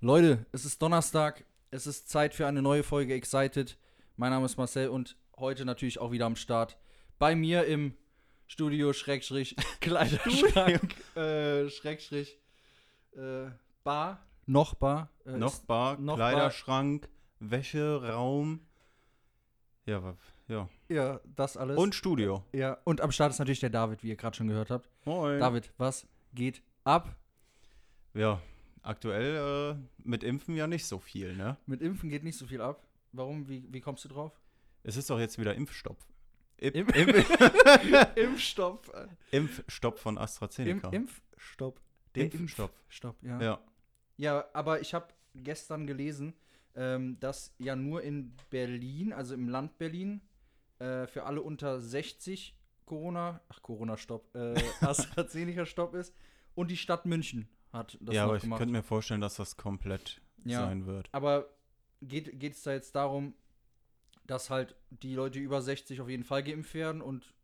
Leute, es ist Donnerstag. Es ist Zeit für eine neue Folge Excited. Mein Name ist Marcel und heute natürlich auch wieder am Start. Bei mir im Studio Schrägstrich Kleiderschrank äh, Schrägstrich äh, Bar noch Bar äh, Noch ist- Bar, noch Bar. Kleiderschrank, Wäsche, Raum. Ja, wa- ja. ja das alles Und Studio. ja und am Start ist natürlich der David, wie ihr gerade schon gehört habt. Moin. äh, David, was geht ab? Ja, aktuell äh, mit Impfen ja nicht so viel, ne? Mit Impfen geht nicht so viel ab. Warum? Wie, wie kommst du drauf? Es ist doch jetzt wieder Impfstopp. Ip- Im- Imp- Impfstopp. Impfstopp von Im, AstraZeneca. Impfstopp. Der Impf- Impfstopp. Stopp, ja. Ja. Ja, aber ich habe gestern gelesen, ähm, dass ja nur in Berlin, also im Land Berlin, äh, für alle unter 60 Corona, ach Corona-Stopp, äh, AstraZeneca-Stopp ist. Und die Stadt München hat das ja, noch aber ich gemacht. könnte mir vorstellen, dass das komplett Ja. sein wird. aber geht es da jetzt darum, dass halt die Leute über 60 auf jeden Fall geimpft werden und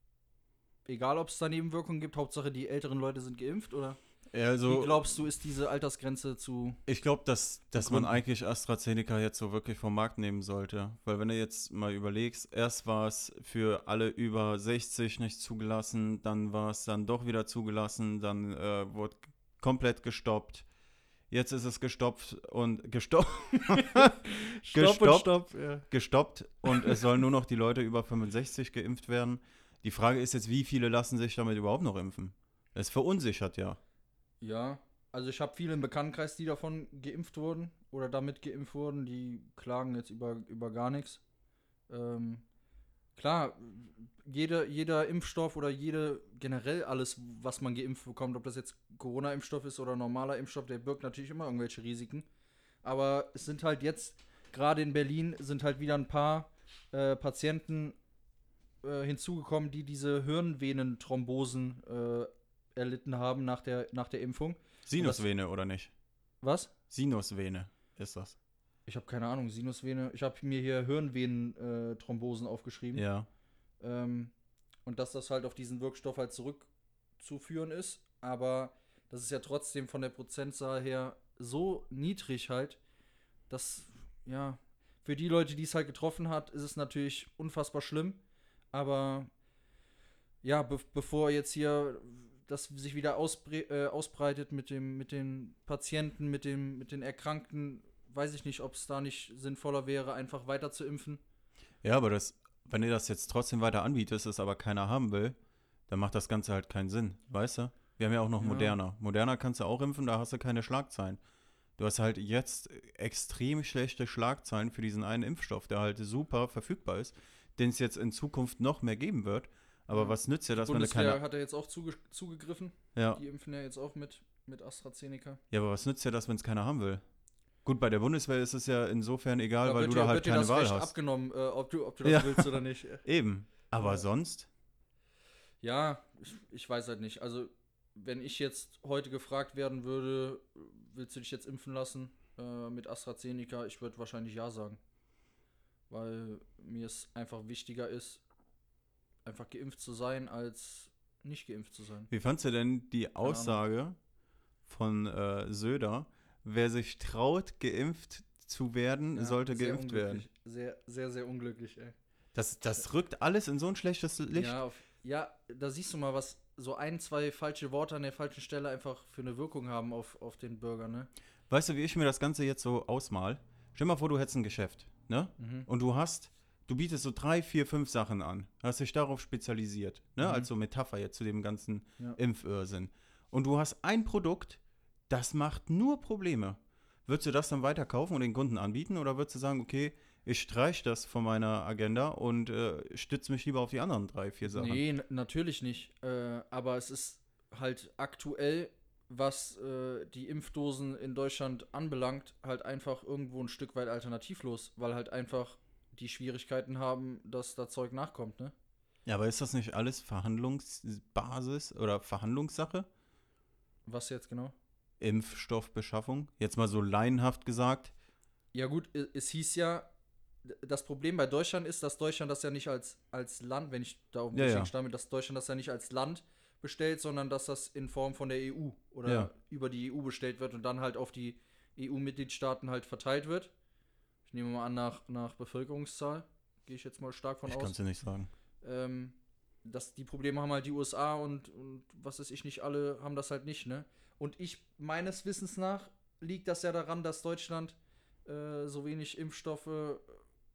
egal, ob es da Nebenwirkungen gibt, Hauptsache die älteren Leute sind geimpft oder? Wie Also, glaubst du, ist diese Altersgrenze zu. Ich glaube, dass, dass man Gründen. eigentlich AstraZeneca jetzt so wirklich vom Markt nehmen sollte. Weil wenn du jetzt mal überlegst, erst war es für alle über 60 nicht zugelassen, dann war es dann doch wieder zugelassen, dann äh, wurde komplett gestoppt. Jetzt ist es gestopft und gestoppt, Gestoppt. stopp. Ja. gestoppt und es sollen nur noch die Leute über 65 geimpft werden. Die Frage ist jetzt, wie viele lassen sich damit überhaupt noch impfen? Es verunsichert ja. Ja, also ich habe viele im Bekanntenkreis, die davon geimpft wurden oder damit geimpft wurden, die klagen jetzt über, über gar nichts. Ähm, klar, jeder, jeder Impfstoff oder jede generell alles, was man geimpft bekommt, ob das jetzt Corona-Impfstoff ist oder normaler Impfstoff, der birgt natürlich immer irgendwelche Risiken. Aber es sind halt jetzt, gerade in Berlin, sind halt wieder ein paar äh, Patienten äh, hinzugekommen, die diese Hirnvenenthrombosen äh, erlitten haben nach der, nach der Impfung. Sinusvene oder nicht? Was? Sinusvene ist das. Ich habe keine Ahnung, Sinusvene. Ich habe mir hier Hirnvenenthrombosen aufgeschrieben. Ja. Ähm, und dass das halt auf diesen Wirkstoff halt zurückzuführen ist. Aber das ist ja trotzdem von der Prozentzahl her so niedrig halt, dass, ja, für die Leute, die es halt getroffen hat, ist es natürlich unfassbar schlimm. Aber ja, be bevor jetzt hier das sich wieder ausbre äh, ausbreitet mit, dem, mit den Patienten, mit, dem, mit den Erkrankten, weiß ich nicht, ob es da nicht sinnvoller wäre, einfach weiter zu impfen. Ja, aber das, wenn ihr das jetzt trotzdem weiter anbietet, das aber keiner haben will, dann macht das Ganze halt keinen Sinn, weißt du? Wir haben ja auch noch Ja. Moderna. Moderna kannst du auch impfen, da hast du keine Schlagzeilen. Du hast halt jetzt extrem schlechte Schlagzeilen für diesen einen Impfstoff, der halt super verfügbar ist, den es jetzt in Zukunft noch mehr geben wird. Aber Ja. was nützt dir das, wenn du Bundeswehr keine. hat er jetzt auch zuge zugegriffen. Ja, Die impfen ja jetzt auch mit, mit AstraZeneca. ja, aber was nützt dir das, wenn es keiner haben will? Gut, bei der Bundeswehr ist es ja insofern egal, weil wird du dir- da halt wird dir keine das Wahl Recht hast. abgenommen, äh, ob, du, ob du das Ja. willst oder nicht. Eben. Aber Ja. sonst? Ja, ich, ich weiß halt nicht. Also, wenn ich jetzt heute gefragt werden würde, willst du dich jetzt impfen lassen äh, mit AstraZeneca, ich würde wahrscheinlich ja sagen. Weil mir es einfach wichtiger ist, einfach geimpft zu sein, als nicht geimpft zu sein. Wie fandst du denn die Ahnung. Aussage von äh, Söder, wer sich traut, geimpft zu werden, Ja, sollte sehr geimpft werden? unglücklich. Sehr, sehr, sehr unglücklich, ey. Das, das rückt alles in so ein schlechtes Licht. Ja, auf, ja, da siehst du mal, was so ein, zwei falsche Worte an der falschen Stelle einfach für eine Wirkung haben auf, auf den Bürger, ne? Weißt du, wie ich mir das Ganze jetzt so ausmal? Stell mal vor, du hättest ein Geschäft, ne? Und du hast, du bietest so drei, vier, fünf Sachen an. Hast dich darauf spezialisiert, ne? Mhm. Als so Metapher jetzt zu dem ganzen Ja. Impfirrsinn. Und du hast ein Produkt, das macht nur Probleme. Würdest du das dann weiter kaufen und den Kunden anbieten oder würdest du sagen, okay, ich streiche das von meiner Agenda und äh, stütze mich lieber auf die anderen drei, vier Sachen? Nee, n- natürlich nicht. Äh, aber es ist halt aktuell, was äh, die Impfdosen in Deutschland anbelangt, halt einfach irgendwo ein Stück weit alternativlos, weil halt einfach die Schwierigkeiten haben, dass da Zeug nachkommt, ne? Ja, aber ist das nicht alles Verhandlungsbasis oder Verhandlungssache? Was jetzt genau? Impfstoffbeschaffung? Jetzt mal so laienhaft gesagt. Ja gut, e- es hieß ja, d- das Problem bei Deutschland ist, dass Deutschland das ja nicht als, als Land, wenn ich da auf den Ja, Geschenk ja. stamme, dass Deutschland das ja nicht als Land bestellt, sondern dass das in Form von der EU oder E Ja. über die EU bestellt wird und dann halt auf die EU-Mitgliedstaaten halt verteilt wird. Ich nehme mal an, nach, nach Bevölkerungszahl, gehe ich jetzt mal stark von Ich kann aus. es dir nicht sagen. Ähm, dass die Probleme haben halt die USA und, und was weiß ich nicht, alle haben das halt nicht, ne? Und ich, meines Wissens nach, liegt das ja daran, dass Deutschland äh, so wenig Impfstoffe äh,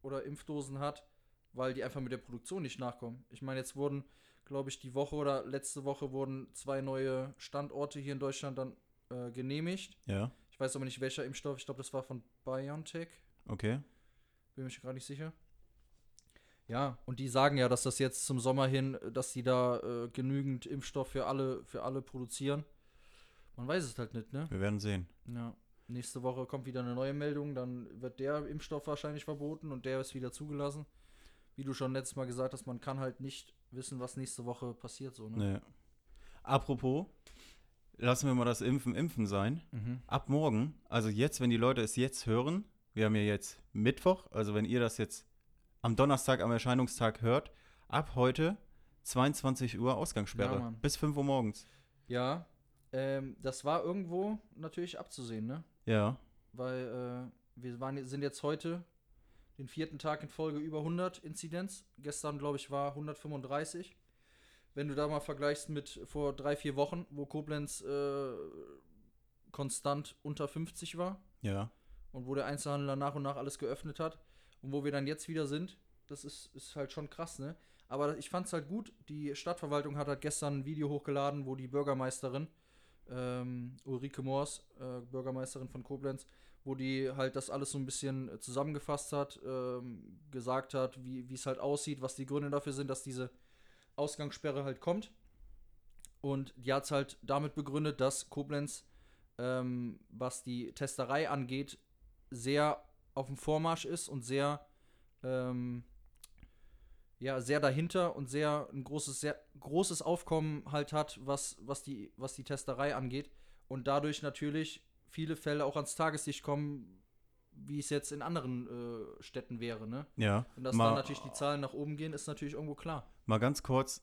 oder Impfdosen hat, weil die einfach mit der Produktion nicht nachkommen. Ich meine, jetzt wurden, glaube ich, die Woche oder letzte Woche wurden zwei neue Standorte hier in Deutschland dann äh, genehmigt. Ja, Ich weiß aber nicht, welcher Impfstoff. Ich glaube, das war von BioNTech. okay. Bin mir gerade nicht sicher. Ja, und die sagen ja, dass das jetzt zum Sommer hin, äh, dass die da äh, genügend Impfstoff für alle, für alle produzieren. Man weiß es halt nicht, ne? Wir werden sehen. Ja. Nächste Woche kommt wieder eine neue Meldung, dann wird der Impfstoff wahrscheinlich verboten und der ist wieder zugelassen. Wie du schon letztes Mal gesagt hast, man kann halt nicht wissen, was nächste Woche passiert, so, ne? Nee. Apropos, lassen wir mal das Impfen Impfen sein. Mhm. Ab morgen, also jetzt, wenn die Leute es jetzt hören, wir haben ja jetzt Mittwoch, also wenn ihr das jetzt am Donnerstag, am Erscheinungstag hört, ab heute 22 Uhr Ausgangssperre Ja, Mann. bis 5 Uhr morgens. Ja, ähm, das war irgendwo natürlich abzusehen, ne? Ja, weil äh, wir waren, sind jetzt heute den vierten Tag in Folge über 100 Inzidenz. Gestern, glaube ich, war 135. Wenn du da mal vergleichst mit vor drei, vier Wochen, wo Koblenz äh, konstant unter 50 war ja. und wo der Einzelhandel nach und nach alles geöffnet hat und wo wir dann jetzt wieder sind, das ist, ist halt schon krass, ne? Aber ich fand es halt gut, die Stadtverwaltung hat halt gestern ein Video hochgeladen, wo die Bürgermeisterin, ähm, Ulrike Moors, äh, Bürgermeisterin von Koblenz, wo die halt das alles so ein bisschen äh, zusammengefasst hat, ähm, gesagt hat, wie wie es halt aussieht, was die Gründe dafür sind, dass diese Ausgangssperre halt kommt. Und die hat es halt damit begründet, dass Koblenz, ähm, was die Testerei angeht, sehr auf dem Vormarsch ist und sehr, ähm, ja, sehr dahinter und sehr ein großes, sehr großes Aufkommen halt hat, was, was, die, was die Testerei angeht. Und dadurch natürlich viele Fälle auch ans Tageslicht kommen, wie es jetzt in anderen äh, Städten wäre, ne? Ja. Und dass Mal- dann natürlich die Zahlen nach oben gehen, ist natürlich irgendwo klar. Mal ganz kurz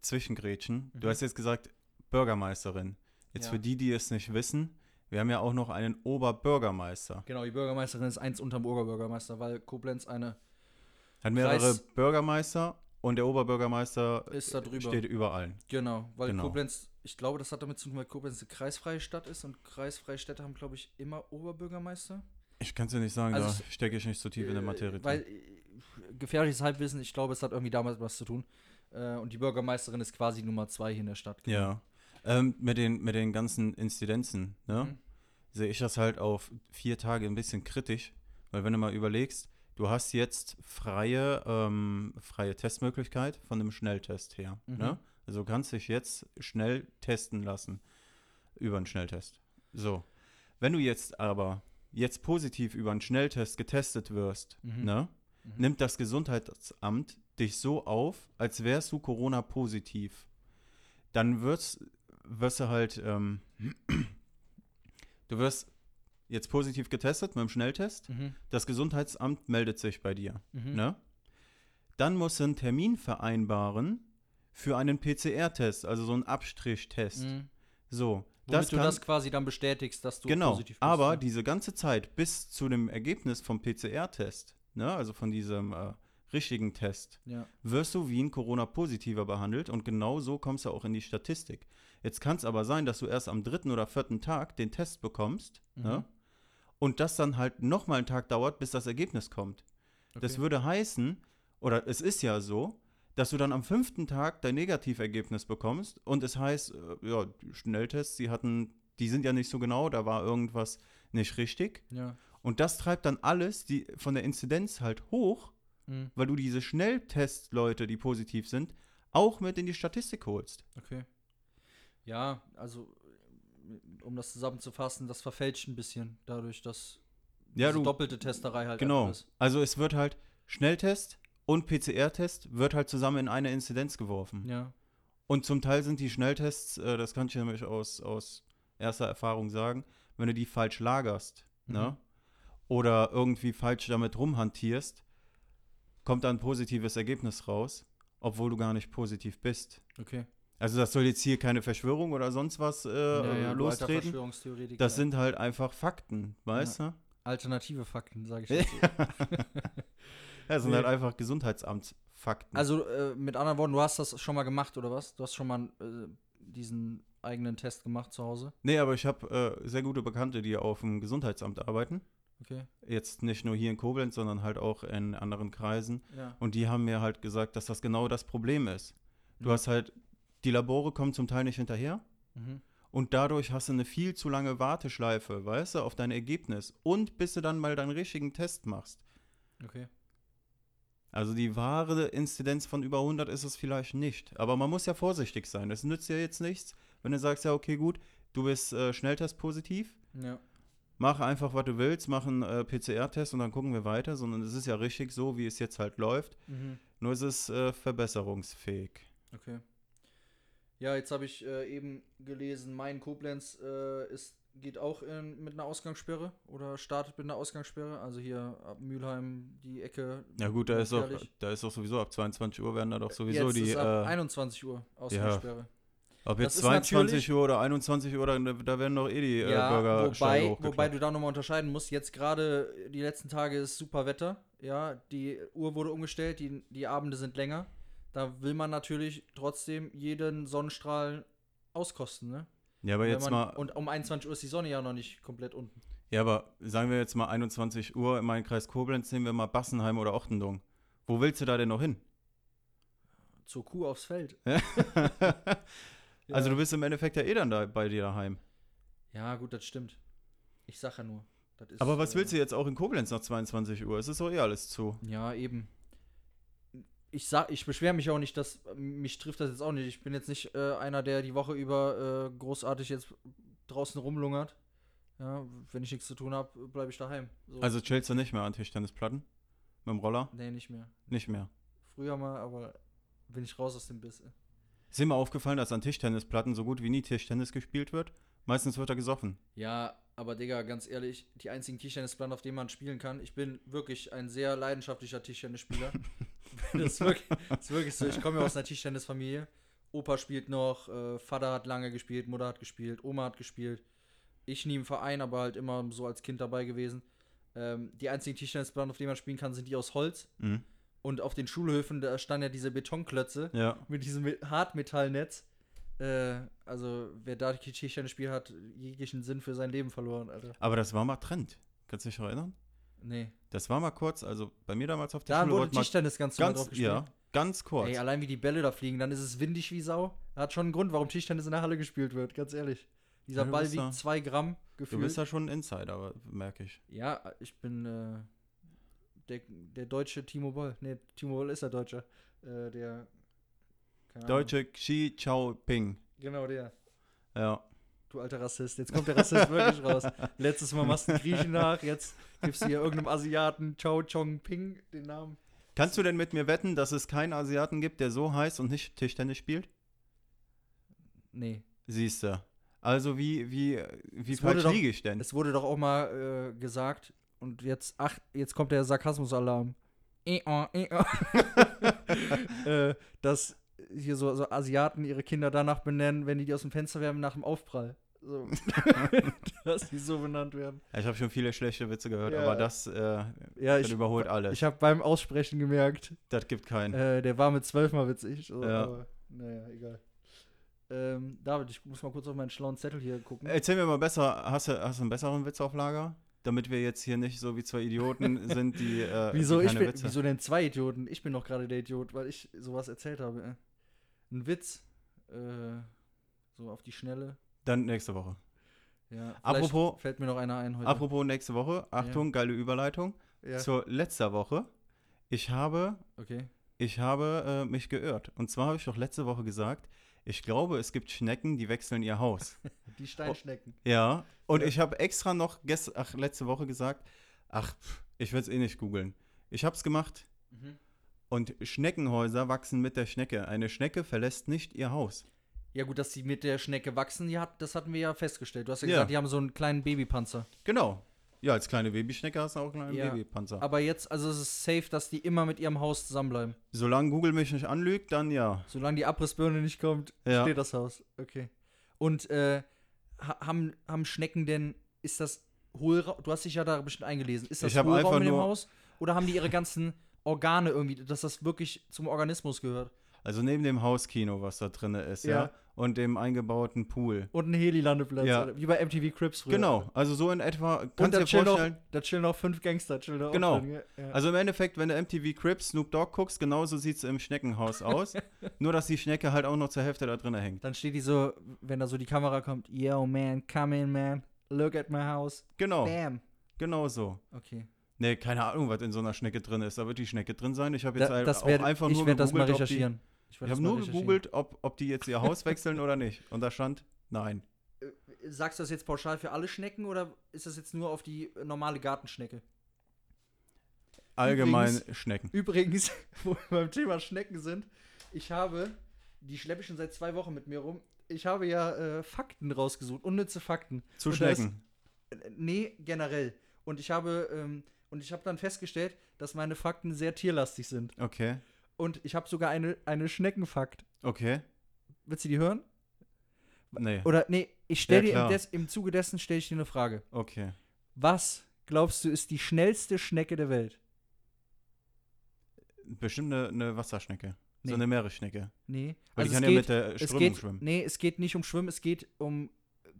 zwischengrätschen. Du Mhm. hast jetzt gesagt Bürgermeisterin. Jetzt Ja. für die, die es nicht wissen, wir haben ja auch noch einen Oberbürgermeister. Genau, die Bürgermeisterin ist eins unterm Oberbürgermeister, weil Koblenz eine Hat mehrere Kreis- Bürgermeister und der Oberbürgermeister ist da drüber. steht über allen. Genau, weil Genau. Koblenz, ich glaube, das hat damit zu tun, weil Koblenz eine kreisfreie Stadt ist und kreisfreie Städte haben, glaube ich, immer Oberbürgermeister. Ich kann es dir nicht sagen, Also da stecke ich nicht so tief in der Materie Äh, Weil drin. äh, gefährliches Halbwissen, ich glaube, es hat irgendwie damit was zu tun. Äh, und die Bürgermeisterin ist quasi Nummer zwei hier in der Stadt. genau. Ja. Ähm, mit, den, mit den ganzen Inzidenzen, ne? Mhm. Sehe ich das halt auf vier Tage ein bisschen kritisch, weil wenn du mal überlegst, du hast jetzt freie, ähm, freie Testmöglichkeit von einem Schnelltest her. Mhm. Ne? Also du kannst dich jetzt schnell testen lassen über einen Schnelltest. So. Wenn du jetzt aber jetzt positiv über einen Schnelltest getestet wirst, Mhm. ne? Mhm. nimmt das Gesundheitsamt dich so auf, als wärst du Corona-positiv. Dann wirst, wirst du halt, ähm, du wirst jetzt positiv getestet mit dem Schnelltest. Mhm. Das Gesundheitsamt meldet sich bei dir. Mhm. Ne? Dann musst du einen Termin vereinbaren für einen PCR-Test, also so einen Abstrichtest. Mhm. So, Womit du kann- das quasi dann bestätigst, dass du genau, positiv bist. aber ne? diese ganze Zeit bis zu dem Ergebnis vom PCR-Test, ne, also von diesem äh, richtigen Test, ja. wirst du wie ein Corona-Positiver behandelt und genau so kommst du auch in die Statistik. Jetzt kann es aber sein, dass du erst am dritten oder vierten Tag den Test bekommst Mhm. ne, und das dann halt nochmal einen Tag dauert, bis das Ergebnis kommt. Das Okay. würde heißen, oder es ist ja so, dass du dann am fünften Tag dein Negativergebnis bekommst und es heißt, äh, ja, die Schnelltests, die hatten, die sind ja nicht so genau, da war irgendwas nicht richtig. ja. Und das treibt dann alles die, von der Inzidenz halt hoch, Mhm. weil du diese Schnelltestleute, die positiv sind, auch mit in die Statistik holst. Okay. Ja, also äh, um das zusammenzufassen, das verfälscht ein bisschen dadurch, dass Ja, diese du, doppelte Testerei halt genau. einfach ist. Also es wird halt Schnelltest und PCR-Test wird halt zusammen in eine Inzidenz geworfen. Ja. Und zum Teil sind die Schnelltests, äh, das kann ich nämlich aus, aus erster Erfahrung sagen, wenn du die falsch lagerst, Mhm. ne? Oder irgendwie falsch damit rumhantierst, kommt da ein positives Ergebnis raus, obwohl du gar nicht positiv bist. Okay. Also das soll jetzt hier keine Verschwörung oder sonst was äh, ja, du alter lostreten. Verschwörungstheoretiker. Das sind halt einfach Fakten, weißt du? alternative Fakten, sage ich Ja. jetzt. Das sind Nee. halt einfach Gesundheitsamtsfakten. Also äh, mit anderen Worten, du hast das schon mal gemacht oder was? Du hast schon mal äh, diesen eigenen Test gemacht zu Hause? nee, aber ich habe äh, sehr gute Bekannte, die auf dem Gesundheitsamt arbeiten. Okay. Jetzt nicht nur hier in Koblenz, sondern halt auch in anderen Kreisen. Ja. Und die haben mir halt gesagt, dass das genau das Problem ist. Du Mhm. hast halt, die Labore kommen zum Teil nicht hinterher Mhm. und dadurch hast du eine viel zu lange Warteschleife, weißt du, auf dein Ergebnis. Und bis du dann mal deinen richtigen Test machst. Okay. Also die wahre Inzidenz von über 100 ist es vielleicht nicht. Aber man muss ja vorsichtig sein. Es nützt ja jetzt nichts, wenn du sagst, ja, okay, gut, du bist äh, Schnelltest positiv, Ja. mach einfach, was du willst, mach einen äh, PCR-Test und dann gucken wir weiter. Sondern es ist ja richtig so, wie es jetzt halt läuft. Mhm. Nur es ist äh, verbesserungsfähig. Okay. Ja, jetzt habe ich äh, eben gelesen, mein Koblenz äh, ist, geht auch in, mit einer Ausgangssperre oder startet mit einer Ausgangssperre. Also hier ab Mülheim, die Ecke. Ja gut, da ist, auch, gefährlich. da ist auch sowieso ab 22 Uhr werden da doch sowieso Jetzt die, ist ab äh, 21 Uhr Ausgangssperre. ob das jetzt ist 22 natürlich- Uhr oder 21 Uhr, da, da werden doch eh die äh, Burger steil wobei, wobei hochgeklappt. du da nochmal unterscheiden musst. Jetzt gerade die letzten Tage ist super Wetter. Ja, die Uhr wurde umgestellt, die, die Abende sind länger. Da will man natürlich trotzdem jeden Sonnenstrahl auskosten, ne? Ja, aber Wenn jetzt man, mal, und um 21 Uhr ist die Sonne ja noch nicht komplett unten. ja, aber sagen wir jetzt mal 21 Uhr im Kreis Koblenz, nehmen wir mal Bassenheim oder Ochtendung. Wo willst du da denn noch hin? Zur Kuh aufs Feld. Also du bist im Endeffekt ja eh dann da bei dir daheim. Ja, gut, das stimmt. Ich sag ja nur. Das ist, äh, Aber was willst du jetzt auch in Koblenz nach 22 Uhr? Es ist doch eh alles zu. Ja, eben. Ich sag, ich beschwere mich auch nicht, dass mich trifft das jetzt auch nicht. Ich bin jetzt nicht äh, einer, der die Woche über äh, großartig jetzt draußen rumlungert. Ja, wenn ich nichts zu tun habe, bleibe ich daheim. So. Also chillst du nicht mehr an Tischtennisplatten? Mit dem Roller? nee, nicht mehr. Nicht mehr. Früher mal, aber bin ich raus aus dem Biss. ey. Ist dir mal aufgefallen, dass an Tischtennisplatten so gut wie nie Tischtennis gespielt wird? Meistens wird da gesoffen. Ja, aber Digga, ganz ehrlich, die einzigen Tischtennisplatten, auf denen man spielen kann, ich bin wirklich ein sehr leidenschaftlicher Tischtennisspieler. das, ist wirklich, das ist wirklich so. Ich komme ja aus einer Tischtennisfamilie. Opa spielt noch, äh, Vater hat lange gespielt, Mutter hat gespielt, Oma hat gespielt. Ich nie im Verein, aber halt immer so als Kind dabei gewesen. Ähm, die einzigen Tischtennisplatten, auf denen man spielen kann, sind die aus Holz. Mhm. Und auf den Schulhöfen, da standen ja diese Betonklötze Ja. mit diesem Me- Hartmetallnetz. Äh, also, wer da Tischtennis spielt, hat jeglichen Sinn für sein Leben verloren, Alter. Aber das war mal Trend. Kannst du dich noch erinnern? Nee. Das war mal kurz, also bei mir damals auf der Da Schule wurde wurde mal Tischtennis ganz, normal drauf ganz, gespielt. ja, ganz kurz. Ey, allein wie die Bälle da fliegen, dann ist es windig wie Sau. Hat schon einen Grund, warum Tischtennis in der Halle gespielt wird, ganz ehrlich. Dieser Ja, du Ball bist da- wiegt zwei Gramm du gefühlt. bist ja schon ein Insider, merke ich. ja, ich bin äh, der, der deutsche Timo Boll. Nee, Timo Boll ist der Deutsche. Äh, der. keine Ahnung. Deutsche Xi Chao Ping. Genau, der. Ja. Du alter Rassist, jetzt kommt der Rassist wirklich raus. Letztes Mal machst du einen Griechen nach, jetzt gibst du hier irgendeinem Asiaten Chao Chong Ping den Namen. Kannst du denn mit mir wetten, dass es keinen Asiaten gibt, der so heißt und nicht Tischtennis spielt? Nee. Siehst du. Also wie, wie, wie Es wurde falsch doch- liege ich denn? Es wurde doch auch mal äh, gesagt und jetzt, ach, jetzt kommt der Sarkasmusalarm. Eh, oh, eh, oh. äh, dass hier so, so Asiaten ihre Kinder danach benennen, wenn die die aus dem Fenster werfen nach dem Aufprall. So. dass die so benannt werden. Ich habe schon viele schlechte Witze gehört, Ja. aber das, äh, Ja, das ich, überholt alles. ich habe beim Aussprechen gemerkt, das gibt keinen. Äh, der war mit zwölf mal witzig. So, Ja. aber, naja, egal. Ähm, David, ich muss mal kurz auf meinen schlauen Zettel hier gucken. Erzähl mir mal besser, hast du, hast du einen besseren Witz auf Lager? Damit wir jetzt hier nicht so wie zwei Idioten sind, die. Äh, wieso, die ich keine bin, Witze- wieso denn zwei Idioten? Ich bin doch gerade der Idiot, weil ich sowas erzählt habe. äh. Ein Witz. Äh, so auf die Schnelle. Dann nächste Woche. Ja, vielleicht Apropos- Fällt mir noch einer ein heute. Apropos nächste Woche, Achtung, geile Überleitung. ja. Zur letzter Woche. Ich habe, Okay. ich habe äh, mich geirrt. Und zwar habe ich doch letzte Woche gesagt, ich glaube, es gibt Schnecken, die wechseln ihr Haus. Die Steinschnecken. ja. Und Ja. ich habe extra noch gest ach, letzte Woche gesagt, ach, pff, ich will es eh nicht googeln. Ich habe es gemacht. Mhm. Und Schneckenhäuser wachsen mit der Schnecke. Eine Schnecke verlässt nicht ihr Haus. Ja, gut, dass die mit der Schnecke wachsen, die hat, das hatten wir ja festgestellt. Du hast ja Ja. gesagt, die haben so einen kleinen Babypanzer. Genau. Ja, als kleine Babyschnecke hast du auch einen kleinen Ja. Babypanzer. Aber jetzt, also es ist safe, dass die immer mit ihrem Haus zusammenbleiben. Solange Google mich nicht anlügt, dann ja. Solange die Abrissbirne nicht kommt, Ja. steht das Haus. Okay. Und äh, ha haben, haben Schnecken denn, ist das Hohlraum? Du hast dich ja da bestimmt eingelesen. Ist das Ich hab Hohlraum einfach in dem nur- Haus? Oder haben die ihre ganzen Organe irgendwie, dass das wirklich zum Organismus gehört? Also neben dem Hauskino, was da drin ist, ja. Ja. Und dem eingebauten Pool. Und ein Heli-Landeplatz, Ja. oder? wie bei MTV Crips früher. Genau, also so in etwa, Und kannst da dir chillen, auch, vorstellen. da chillen auch fünf Gangster. Chillen da auch Genau. drin, gell? ja. Also im Endeffekt, wenn du MTV Crips Snoop Dogg guckst, genauso sieht es im Schneckenhaus aus. nur, dass die Schnecke halt auch noch zur Hälfte da drin hängt. Dann steht die so, wenn da so die Kamera kommt, yo man, come in man, look at my house, Genau, bam. genau so. Okay. Nee, keine Ahnung, was in so einer Schnecke drin ist. Da wird die Schnecke drin sein. Ich habe jetzt Da- halt das auch werd, einfach ich nur werde das mal gegoogelt, ob die- recherchieren. werd Ich habe das mal nur recherchieren. gegoogelt, ob, ob die jetzt ihr Haus wechseln oder nicht. Und da stand, nein. Sagst du das jetzt pauschal für alle Schnecken oder ist das jetzt nur auf die äh, normale Gartenschnecke? Allgemein Schnecken. Übrigens, wo wir beim Thema Schnecken sind, ich habe, die schleppe ich schon seit zwei Wochen mit mir rum, ich habe ja äh, Fakten rausgesucht, unnütze Fakten. Zu Und da ist- Schnecken. Äh, Nee, generell. Und ich habe, ähm, und ich habe dann festgestellt, dass meine Fakten sehr tierlastig sind. Okay, Und ich habe sogar eine, eine Schneckenfakt. okay. Willst du die hören? Nee, Oder nee, ich stelle dir klar. im, des, im Zuge dessen stelle ich dir eine Frage. okay. Was glaubst du ist die schnellste Schnecke der Welt? Bestimmt eine, eine Wasserschnecke. Nee. So eine Meeresschnecke. Nee. Also Weil die kann es ja mit geht- der es Strömung geht, schwimmen Nee, es geht nicht um Schwimmen, es geht um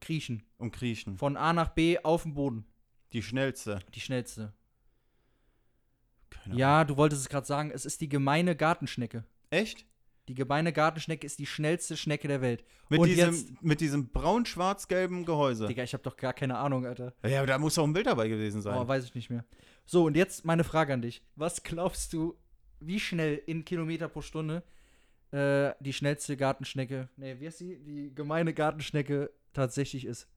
Kriechen. und Um kriechen. Von A nach B auf den Boden. Die schnellste. Die schnellste. Keine Ja, du wolltest es gerade sagen, es ist die gemeine Gartenschnecke. Echt? Die gemeine Gartenschnecke ist die schnellste Schnecke der Welt. Mit Und diesem, jetzt- mit diesem braun-schwarz-gelben Gehäuse. Digga, ich habe doch gar keine Ahnung, Alter. Ja, aber da muss auch ein Bild dabei gewesen sein. Oh, weiß ich nicht mehr. So, und jetzt meine Frage an dich. Was glaubst du, wie schnell in Kilometer pro Stunde äh, die schnellste Gartenschnecke, nee, wie heißt sie? Die gemeine Gartenschnecke tatsächlich ist?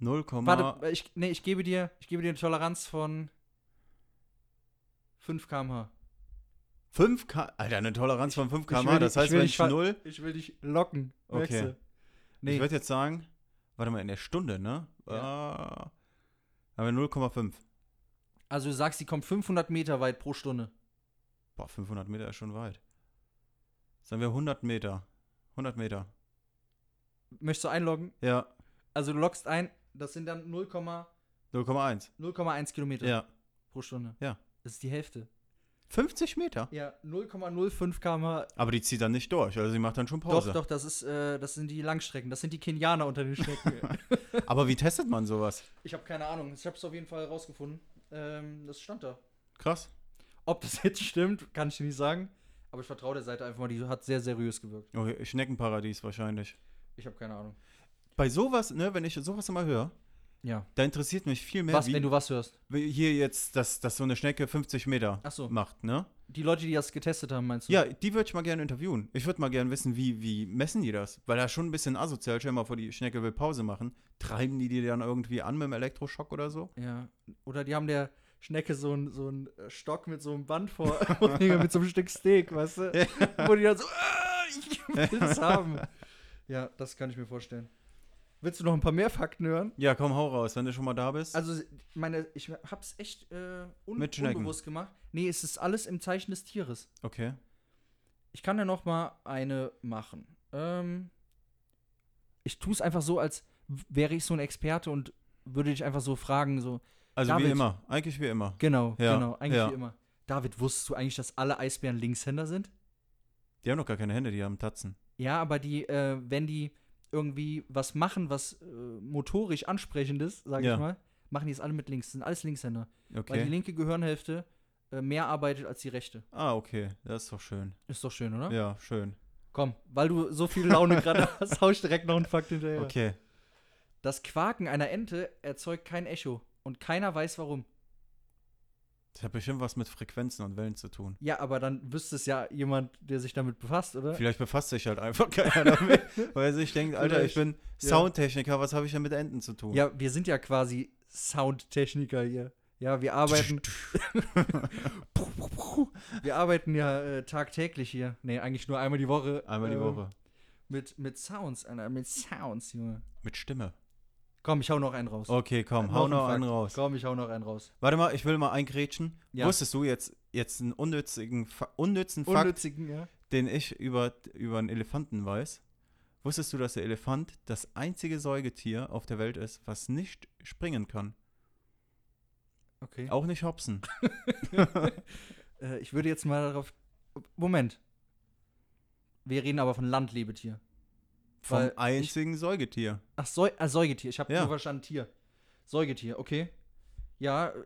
0, Warte, äh, ich, nee, ich gebe dir, ich gebe dir eine Toleranz von 5 km/h. 5 K. Alter, eine Toleranz von 5 ich will km/h. dich- Das ich heißt, will wenn dich ich ver- 0. Ich will dich locken. merkst Okay. du? Nee, Ich würde jetzt sagen, warte mal, in der Stunde, ne? Ah, haben wir 0,5. also du sagst, sie kommt 500 Meter weit pro Stunde. Boah, 500 Meter ist schon weit. Sagen wir 100 Meter. 100 Meter. Möchtest du einloggen? Ja, Also du loggst ein, das sind dann 0,1 0,1. 0,1 Kilometer Ja. pro Stunde. Ja. Das ist die Hälfte. 50 Meter? Ja, 0,05 km/h. Aber die zieht dann nicht durch. Also, sie macht dann schon Doch, Pause. doch, das, ist, äh, das sind die Langstrecken. Das sind die Kenianer unter den Schnecken. Aber wie testet man sowas? ich habe keine Ahnung. Ich habe es auf jeden Fall rausgefunden. Ähm, das stand da. Krass. Ob das jetzt stimmt, kann ich dir nicht sagen. Aber ich vertraue der Seite einfach mal. Die hat sehr seriös gewirkt. Okay, Schneckenparadies wahrscheinlich. Ich habe keine Ahnung. Bei sowas, ne, wenn ich sowas immer höre, Ja. da interessiert mich viel mehr, Was, wie wenn du was hörst? wie hier jetzt, dass, dass so eine Schnecke 50 Meter Ach so. macht, ne? Die Leute, die das getestet haben, meinst du? Ja, die würde ich mal gerne interviewen. Ich würde mal gerne wissen, wie, wie messen die das? Weil da schon ein bisschen asozial, stell dir mal vor, die Schnecke will Pause machen. Treiben die die dann irgendwie an mit dem Elektroschock oder so? Ja. Oder die haben der Schnecke so einen so einen, äh, Stock mit so einem Band vor, und die mit so einem Stück Steak, weißt du? Wo die dann so, "Ah, ich will das haben. Ja, das kann ich mir vorstellen. Willst du noch ein paar mehr Fakten hören? Ja, komm, hau raus, wenn du schon mal da bist. Also, meine, ich hab's echt äh, un Mit Schnecken. unbewusst gemacht. Nee, es ist alles im Zeichen des Tieres. okay. Ich kann ja noch mal eine machen. Ähm, ich tue es einfach so, als w- wäre ich so ein Experte und würde dich einfach so fragen, so, Also wie David. immer, eigentlich wie immer. genau, Ja, genau, eigentlich ja. wie immer. David, wusstest du eigentlich, dass alle Eisbären Linkshänder sind? Die haben doch gar keine Hände, die haben Tatzen. Ja, aber die, äh, wenn die irgendwie was machen, was äh, motorisch ansprechend ist, sage Ja. ich mal, machen die es alle mit links. Sind alles Linkshänder. Weil die Okay. linke Gehirnhälfte äh, mehr arbeitet als die rechte. Ah, okay, das ist doch schön. Ist doch schön, oder? Ja, schön. Komm, weil du so viel Laune gerade hast, hau ich direkt noch einen Fakt hinterher. Okay. Das Quaken einer Ente erzeugt kein Echo. Und keiner weiß warum. Das hat bestimmt was mit Frequenzen und Wellen zu tun. Ja, aber dann wüsste es ja jemand, der sich damit befasst, oder? Vielleicht befasst sich halt einfach keiner damit, weil sich denkt, Alter, ich bin Ja. Soundtechniker, was habe ich denn mit Enten zu tun? Ja, wir sind ja quasi Soundtechniker hier. Ja, wir arbeiten. wir arbeiten ja äh, tagtäglich hier. Nee, eigentlich nur einmal die Woche. Einmal die ähm, Woche. Mit, mit Sounds, Alter, mit Sounds, Junge. Mit Stimme. Komm, ich hau noch einen raus. Okay, komm, Noch hau ein noch Fakt. einen raus. Komm, ich hau noch einen raus. Warte mal, ich will mal eingrätschen. Ja. Wusstest du jetzt, jetzt einen unnützigen, Fa unnützen Fakt, Unnützigen, ja. den ich über, über einen Elefanten weiß? Wusstest du, dass der Elefant das einzige Säugetier auf der Welt ist, was nicht springen kann? Okay. Auch nicht hopsen. Äh, ich würde jetzt mal darauf. Moment. Wir reden aber von Landlebetier. Vom Weil ich- einzigen Säugetier. Ach, Säu ah, Säugetier. Ich habe Ja. nur verstanden Tier. Säugetier, okay. Ja, äh,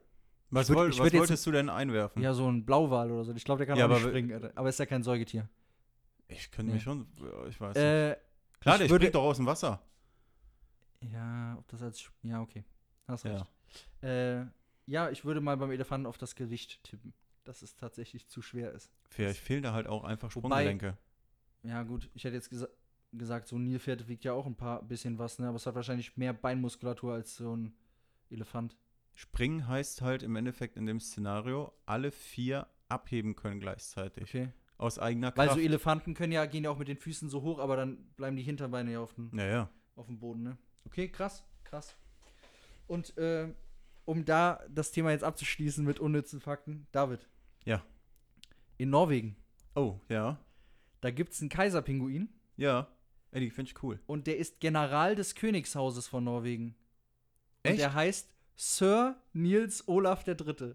Was, würd- woll, ich was würd jetzt- wolltest du denn einwerfen? ja, so ein Blauwal oder so. Ich glaube, der kann Ja, auch nicht aber- springen, Alter. aber ist ja kein Säugetier. Ich könnte Nee. mich schon, ich weiß nicht. Äh, Klar, ich der würde- springt doch aus dem Wasser. ja, ob das als. Sch- Ja, okay. Hast Ja. recht. Ja. Äh, ja, ich würde mal beim Elefanten auf das Gewicht tippen, dass es tatsächlich zu schwer ist. Vielleicht fehlen da halt auch einfach Wobei- Sprunggelenke. Ja, gut, ich hätte jetzt gesa gesagt, so ein Nilpferd wiegt ja auch ein paar bisschen was, ne? Aber es hat wahrscheinlich mehr Beinmuskulatur als so ein Elefant. Springen heißt halt im Endeffekt in dem Szenario, alle vier abheben können gleichzeitig. Okay. Aus eigener Weil Kraft. so Elefanten können ja, gehen ja auch mit den Füßen so hoch, aber dann bleiben die Hinterbeine ja auf dem, naja. auf dem Boden, ne? Okay, krass, krass. Und äh, um da das Thema jetzt abzuschließen mit unnützen Fakten, David. Ja. In Norwegen, Oh, ja. da gibt es einen Kaiserpinguin Ja. Ey, die finde ich cool. und der ist General des Königshauses von Norwegen. Und Echt? der heißt Sir Niels Olaf III.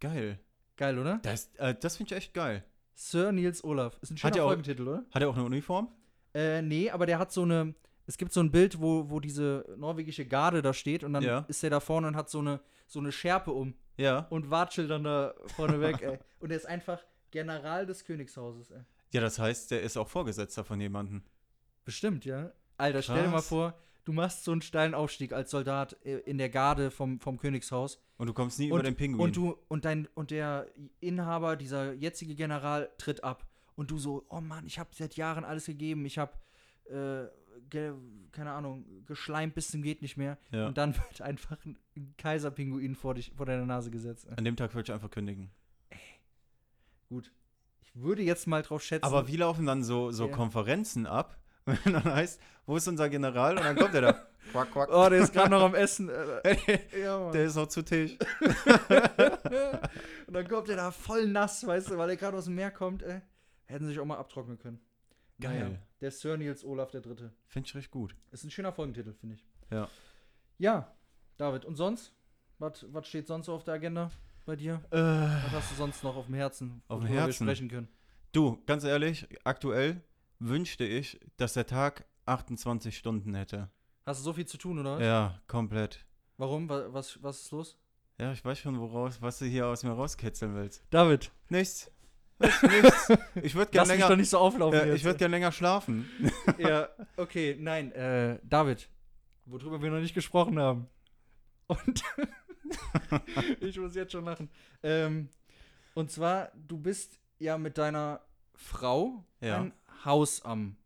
Geil. Geil, oder? Das, äh, das finde ich echt geil. Sir Niels Olaf. Ist ein schöner Hat ja auch- Folgentitel, oder? Hat er auch eine Uniform? Äh, nee, aber der hat so eine. Es gibt so ein Bild, wo, wo diese norwegische Garde da steht und dann Ja. ist der da vorne und hat so eine, so eine Schärpe um Ja. und watschelt dann da vorne weg, ey. Und er ist einfach General des Königshauses, ey. Ja, das heißt, der ist auch Vorgesetzter von jemandem. Bestimmt, ja. Alter, stell dir mal Krass. vor, du machst so einen steilen Aufstieg als Soldat äh, in der Garde vom, vom Königshaus Und du kommst nie über und, den Pinguin. und du und dein und der Inhaber, dieser jetzige General tritt ab und du so, oh Mann, ich habe seit Jahren alles gegeben, ich habe äh, ge, keine Ahnung, geschleimt bis zum geht nicht mehr Ja. und dann wird einfach ein Kaiserpinguin vor dich vor deiner Nase gesetzt. An dem Tag würde ich einfach kündigen. Gut. Ich würde jetzt mal drauf schätzen. Aber wie laufen dann so, so Ja. Konferenzen ab? Wenn dann heißt, wo ist unser General? Und dann kommt er da. quack, quack. oh, der ist gerade noch am Essen. äh, Alter. Ja, Mann. der ist noch zu Tisch. und dann kommt der da voll nass, weißt du, weil er gerade aus dem Meer kommt, ey. Hätten sich auch mal abtrocknen können. Geil. der Sir Niels Olaf der Dritte. Finde ich recht gut. Ist ein schöner Folgentitel, finde ich. Ja. Ja, David, und sonst? Was was steht sonst so auf der Agenda bei dir? Äh, Was hast du sonst noch auf dem Herzen, Auf dem worüber Herzen? wir sprechen können? Du, ganz ehrlich, aktuell wünschte ich, dass der Tag 28 Stunden hätte. Hast du so viel zu tun, oder was? Ja, komplett. Warum? Wa- Was, was ist los? Ja, ich weiß schon, woraus, was du hier aus mir rauskitzeln willst. David, Nichts. Nichts, nichts. Ich würde lass gerne mich doch länger, nicht so auflaufen äh, jetzt. ich würd gern länger schlafen. ja, okay, nein, äh, David, worüber wir noch nicht gesprochen haben. Und ich muss jetzt schon lachen. Ähm, und zwar, du bist ja mit deiner Frau Ja. ein Haus am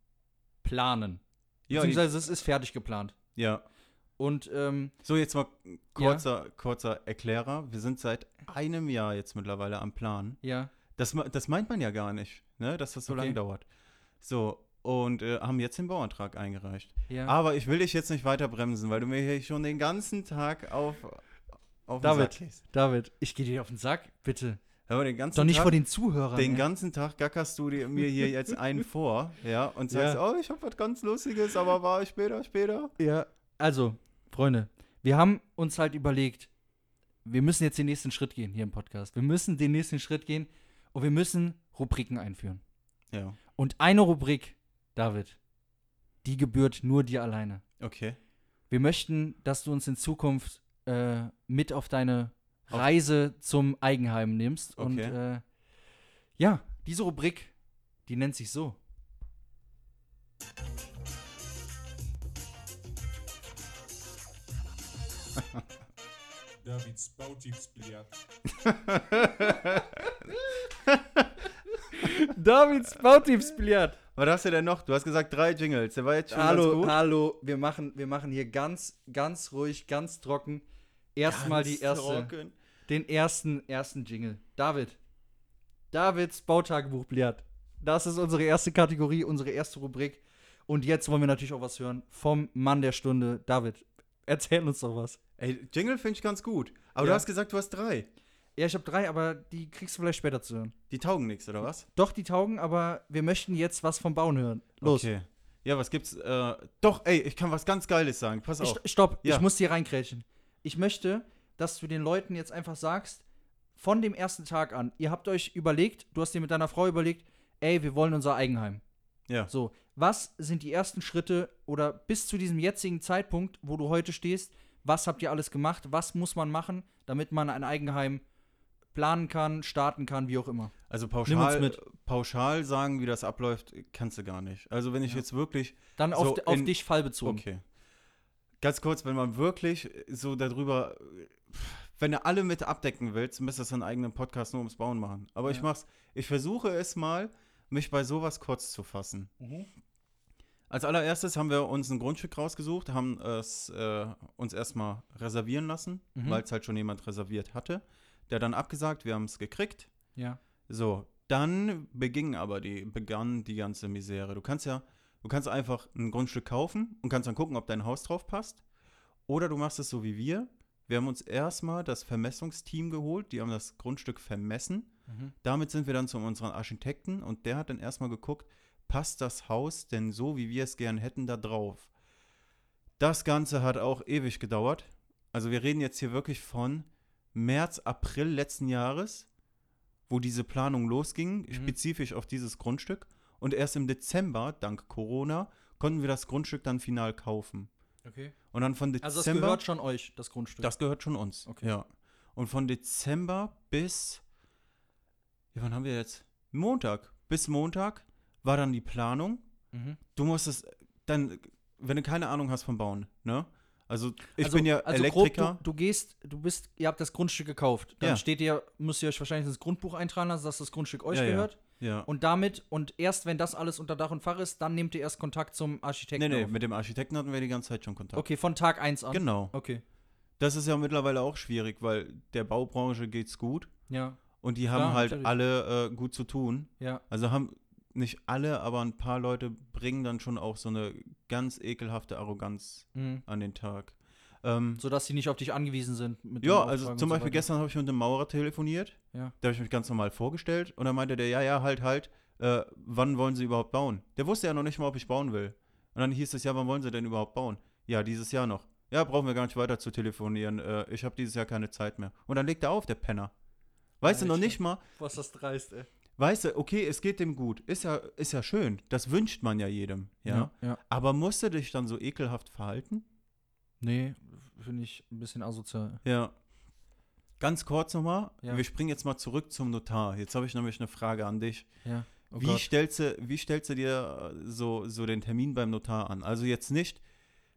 Planen. Ja, die- Beziehungsweise es ist fertig geplant. ja. Und ähm, So, jetzt mal kurzer, kurzer Erklärer. Wir sind seit einem Jahr jetzt mittlerweile am Plan. ja, Das, me- das meint man ja gar nicht, ne? dass das so Okay. lange dauert. So, und äh, haben jetzt den Bauantrag eingereicht. ja. Aber ich will dich jetzt nicht weiter bremsen, weil du mir hier schon den ganzen Tag auf, auf den David. Sack gehst. David, ich gehe dir auf den Sack, bitte. Aber den ganzen Doch nicht Tag, vor ne? den Zuhörern. den ey. ganzen Tag gackerst du dir, mir hier jetzt einen vor, ja, und sagst, Ja. oh, ich hab was ganz Lustiges, aber war ich später, später. Ja, also, Freunde, wir haben uns halt überlegt, wir müssen jetzt den nächsten Schritt gehen hier im Podcast. Wir müssen den nächsten Schritt gehen und wir müssen Rubriken einführen. Ja, Und eine Rubrik, David, die gebührt nur dir alleine. okay. Wir möchten, dass du uns in Zukunft äh, mit auf deine Reise zum Eigenheim nimmst. Und Okay. äh, ja, diese Rubrik, die nennt sich so. Davids Bautipps-Billard. Davids Bautiefsbillard. Was hast du denn noch? Du hast gesagt drei Jingles, der war jetzt schon ganz Hallo, gut. hallo, wir machen, wir machen hier ganz, ganz ruhig, ganz trocken. Erstmal die erste, Trocken. den ersten, ersten Jingle. David. Davids Bautagebuch Blatt. Das ist unsere erste Kategorie, unsere erste Rubrik. Und jetzt wollen wir natürlich auch was hören vom Mann der Stunde, David. Erzähl uns doch was. Ey, Jingle finde ich ganz gut. Aber Ja. du hast gesagt, du hast drei. Ja, ich habe drei, aber die kriegst du vielleicht später zu hören. Die taugen nichts, oder was? Doch, die taugen, aber wir möchten jetzt was vom Bauen hören. Los. Okay. Ja, was gibt's? Äh, doch, ey, ich kann was ganz Geiles sagen. Pass auf. Ich, stopp, Ja. ich muss dir reinkrätschen. Ich möchte, dass du den Leuten jetzt einfach sagst, von dem ersten Tag an, ihr habt euch überlegt, du hast dir mit deiner Frau überlegt, ey, wir wollen unser Eigenheim. Ja. So, was sind die ersten Schritte oder bis zu diesem jetzigen Zeitpunkt, wo du heute stehst, was habt ihr alles gemacht, was muss man machen, damit man ein Eigenheim planen kann, starten kann, wie auch immer. Also uns pauschal, mit. pauschal sagen, wie das abläuft, kannst du gar nicht. Also wenn ich Ja. jetzt wirklich Dann auf, So, d- auf in- dich fallbezogen. Okay. Ganz kurz, wenn man wirklich so darüber, wenn du alle mit abdecken willst, müsstest du einen eigenen Podcast nur ums Bauen machen. Aber ich Ja. mach's, ich versuche es mal, mich bei sowas kurz zu fassen. Mhm. Als allererstes haben wir uns ein Grundstück rausgesucht, haben es äh, uns erstmal reservieren lassen, Mhm. weil es halt schon jemand reserviert hatte. Der dann abgesagt, wir haben es gekriegt. Ja. So, dann beging aber die, begann die ganze Misere. Du kannst ja, du kannst einfach ein Grundstück kaufen und kannst dann gucken, ob dein Haus drauf passt. Oder du machst es so wie wir. Wir haben uns erstmal das Vermessungsteam geholt, die haben das Grundstück vermessen. Mhm. Damit sind wir dann zu unserem Architekten und der hat dann erstmal geguckt, passt das Haus denn so, wie wir es gern hätten, da drauf. Das Ganze hat auch ewig gedauert. Also wir reden jetzt hier wirklich von März, April letzten Jahres, wo diese Planung losging, Mhm. spezifisch auf dieses Grundstück. Und erst im Dezember, dank Corona, konnten wir das Grundstück dann final kaufen. Okay. Und dann von Dezember. Also das gehört schon euch, das Grundstück. Das gehört schon uns. Okay. Ja. Und von Dezember bis. Ja, wann haben wir jetzt? Montag. Bis Montag war dann die Planung. Mhm. Du musstest dann, wenn du keine Ahnung hast vom Bauen, ne? Also ich Also- bin ja also grob, Elektriker. du, du gehst, du bist, ihr habt das Grundstück gekauft. Dann Ja. steht ihr, müsst ihr euch wahrscheinlich ins Grundbuch eintragen lassen, dass das Grundstück euch Ja, ja. gehört. ja. Und damit, und erst wenn das alles unter Dach und Fach ist, dann nehmt ihr erst Kontakt zum nee, Architekten. nee, auf. mit dem Architekten hatten wir die ganze Zeit schon Kontakt. Okay, von Tag 1 an. Genau. Okay. Das ist ja mittlerweile auch schwierig, weil der Baubranche geht's gut Ja, und die haben Klar, halt natürlich. alle äh, gut zu tun. ja. Also haben nicht alle, aber ein paar Leute bringen dann schon auch so eine ganz ekelhafte Arroganz Mhm. an den Tag. Ähm, Sodass sie nicht auf dich angewiesen sind. mit dem ja, Auftrag also und zum so Beispiel weiter. gestern habe ich mit einem Maurer telefoniert. Ja. Da habe ich mich ganz normal vorgestellt und dann meinte der, ja, ja, halt, halt, äh, wann wollen Sie überhaupt bauen? Der wusste ja noch nicht mal, ob ich bauen will. Und dann hieß es, ja, wann wollen Sie denn überhaupt bauen? Ja, dieses Jahr noch. Ja, brauchen wir gar nicht weiter zu telefonieren. Äh, ich habe dieses Jahr keine Zeit mehr. Und dann legt er auf, der Penner. Weißt du noch Alter. nicht mal, Was das dreist, ey. weißt du, okay, es geht dem gut. Ist ja, ist ja schön. Das wünscht man ja jedem. Ja. Ja. ja. Aber musst du dich dann so ekelhaft verhalten? Nee, finde ich ein bisschen asozial. Ja. Ganz kurz nochmal. Ja. Wir springen jetzt mal zurück zum Notar. Jetzt habe ich nämlich eine Frage an dich. Ja. Oh wie, Gott. stellst du, wie stellst du dir äh, so, so den Termin beim Notar an? Also jetzt nicht.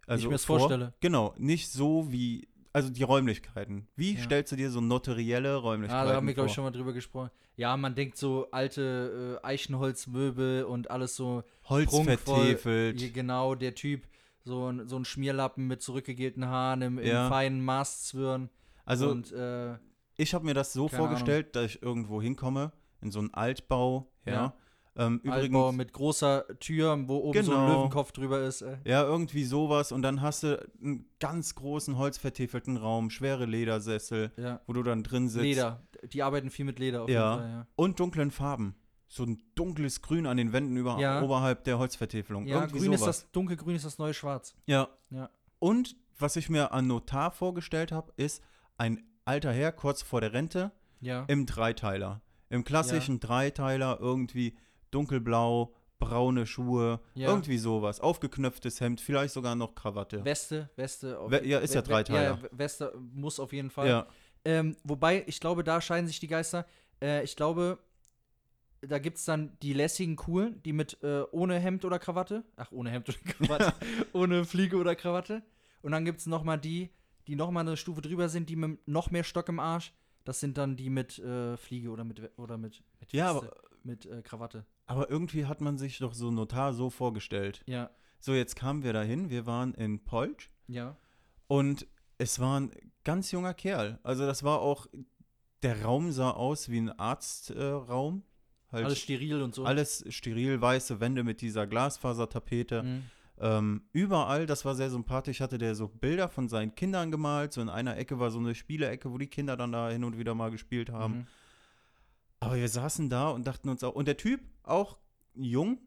Also mir das vor- vorstelle. Genau, nicht so wie. Also die Räumlichkeiten. Wie Ja. stellst du dir so notarielle Räumlichkeiten Ah, da haben wir, glaube ich, vor? schon mal drüber gesprochen. Ja, man denkt so alte äh, Eichenholzmöbel und alles so. Holz prunkvoll. vertäfelt. Hier genau, der Typ, so ein, so ein Schmierlappen mit zurückgegelten Haaren im, Ja. im feinen Maßzwirn. Also und, äh, ich habe mir das so Keine vorgestellt, dass ich irgendwo hinkomme, in so einen Altbau. Ja. Ähm, übrigens, Altbau mit großer Tür, wo oben so ein Genau. Löwenkopf drüber ist. Äh. Ja, irgendwie sowas. Und dann hast du einen ganz großen, holzvertäfelten Raum, schwere Ledersessel, Ja. wo du dann drin sitzt. Leder. Die arbeiten viel mit Leder auf Ja. jeden Fall, Und dunklen Farben. So ein dunkles Grün an den Wänden über, Ja. oberhalb der Holzvertäfelung. ja. Ja, irgendwie grün ist sowas. das, dunkelgrün ist das neue Schwarz. Ja. Ja. Und was ich mir an Notar vorgestellt habe, ist ein alter Herr kurz vor der Rente Ja. im Dreiteiler. Im klassischen Dreiteiler irgendwie dunkelblau, braune Schuhe, Ja. irgendwie sowas. Aufgeknöpftes Hemd, vielleicht sogar noch Krawatte. Weste, Weste. Auf, We- ja, ist ja We- Dreiteiler. Ja, Weste muss auf jeden Fall. Ja, Ähm, wobei, ich glaube, da scheiden sich die Geister. Äh, ich glaube, da gibt es dann die lässigen Coolen, die mit äh, ohne Hemd oder Krawatte. Ach, ohne Hemd oder Krawatte. ohne Fliege oder Krawatte. Und dann gibt es nochmal die, die nochmal eine Stufe drüber sind, die mit noch mehr Stock im Arsch. Das sind dann die mit äh, Fliege oder mit, oder mit, mit, ja Weste, aber, mit äh, Krawatte. aber irgendwie hat man sich doch so einen Notar so vorgestellt. Ja, So, jetzt kamen wir dahin. Wir waren in Polch. ja. Und es war ein ganz junger Kerl. Also das war auch, der Raum sah aus wie ein Arztraum. Äh, Raum. halt Alles alles, steril und so. steril, weiße Wände mit dieser Glasfasertapete. Mhm. Ähm, überall, das war sehr sympathisch, hatte der so Bilder von seinen Kindern gemalt. So in einer Ecke war so eine Spielecke, wo die Kinder dann da hin und wieder mal gespielt haben. Mhm. Aber wir saßen da und dachten uns auch, und der Typ, auch jung,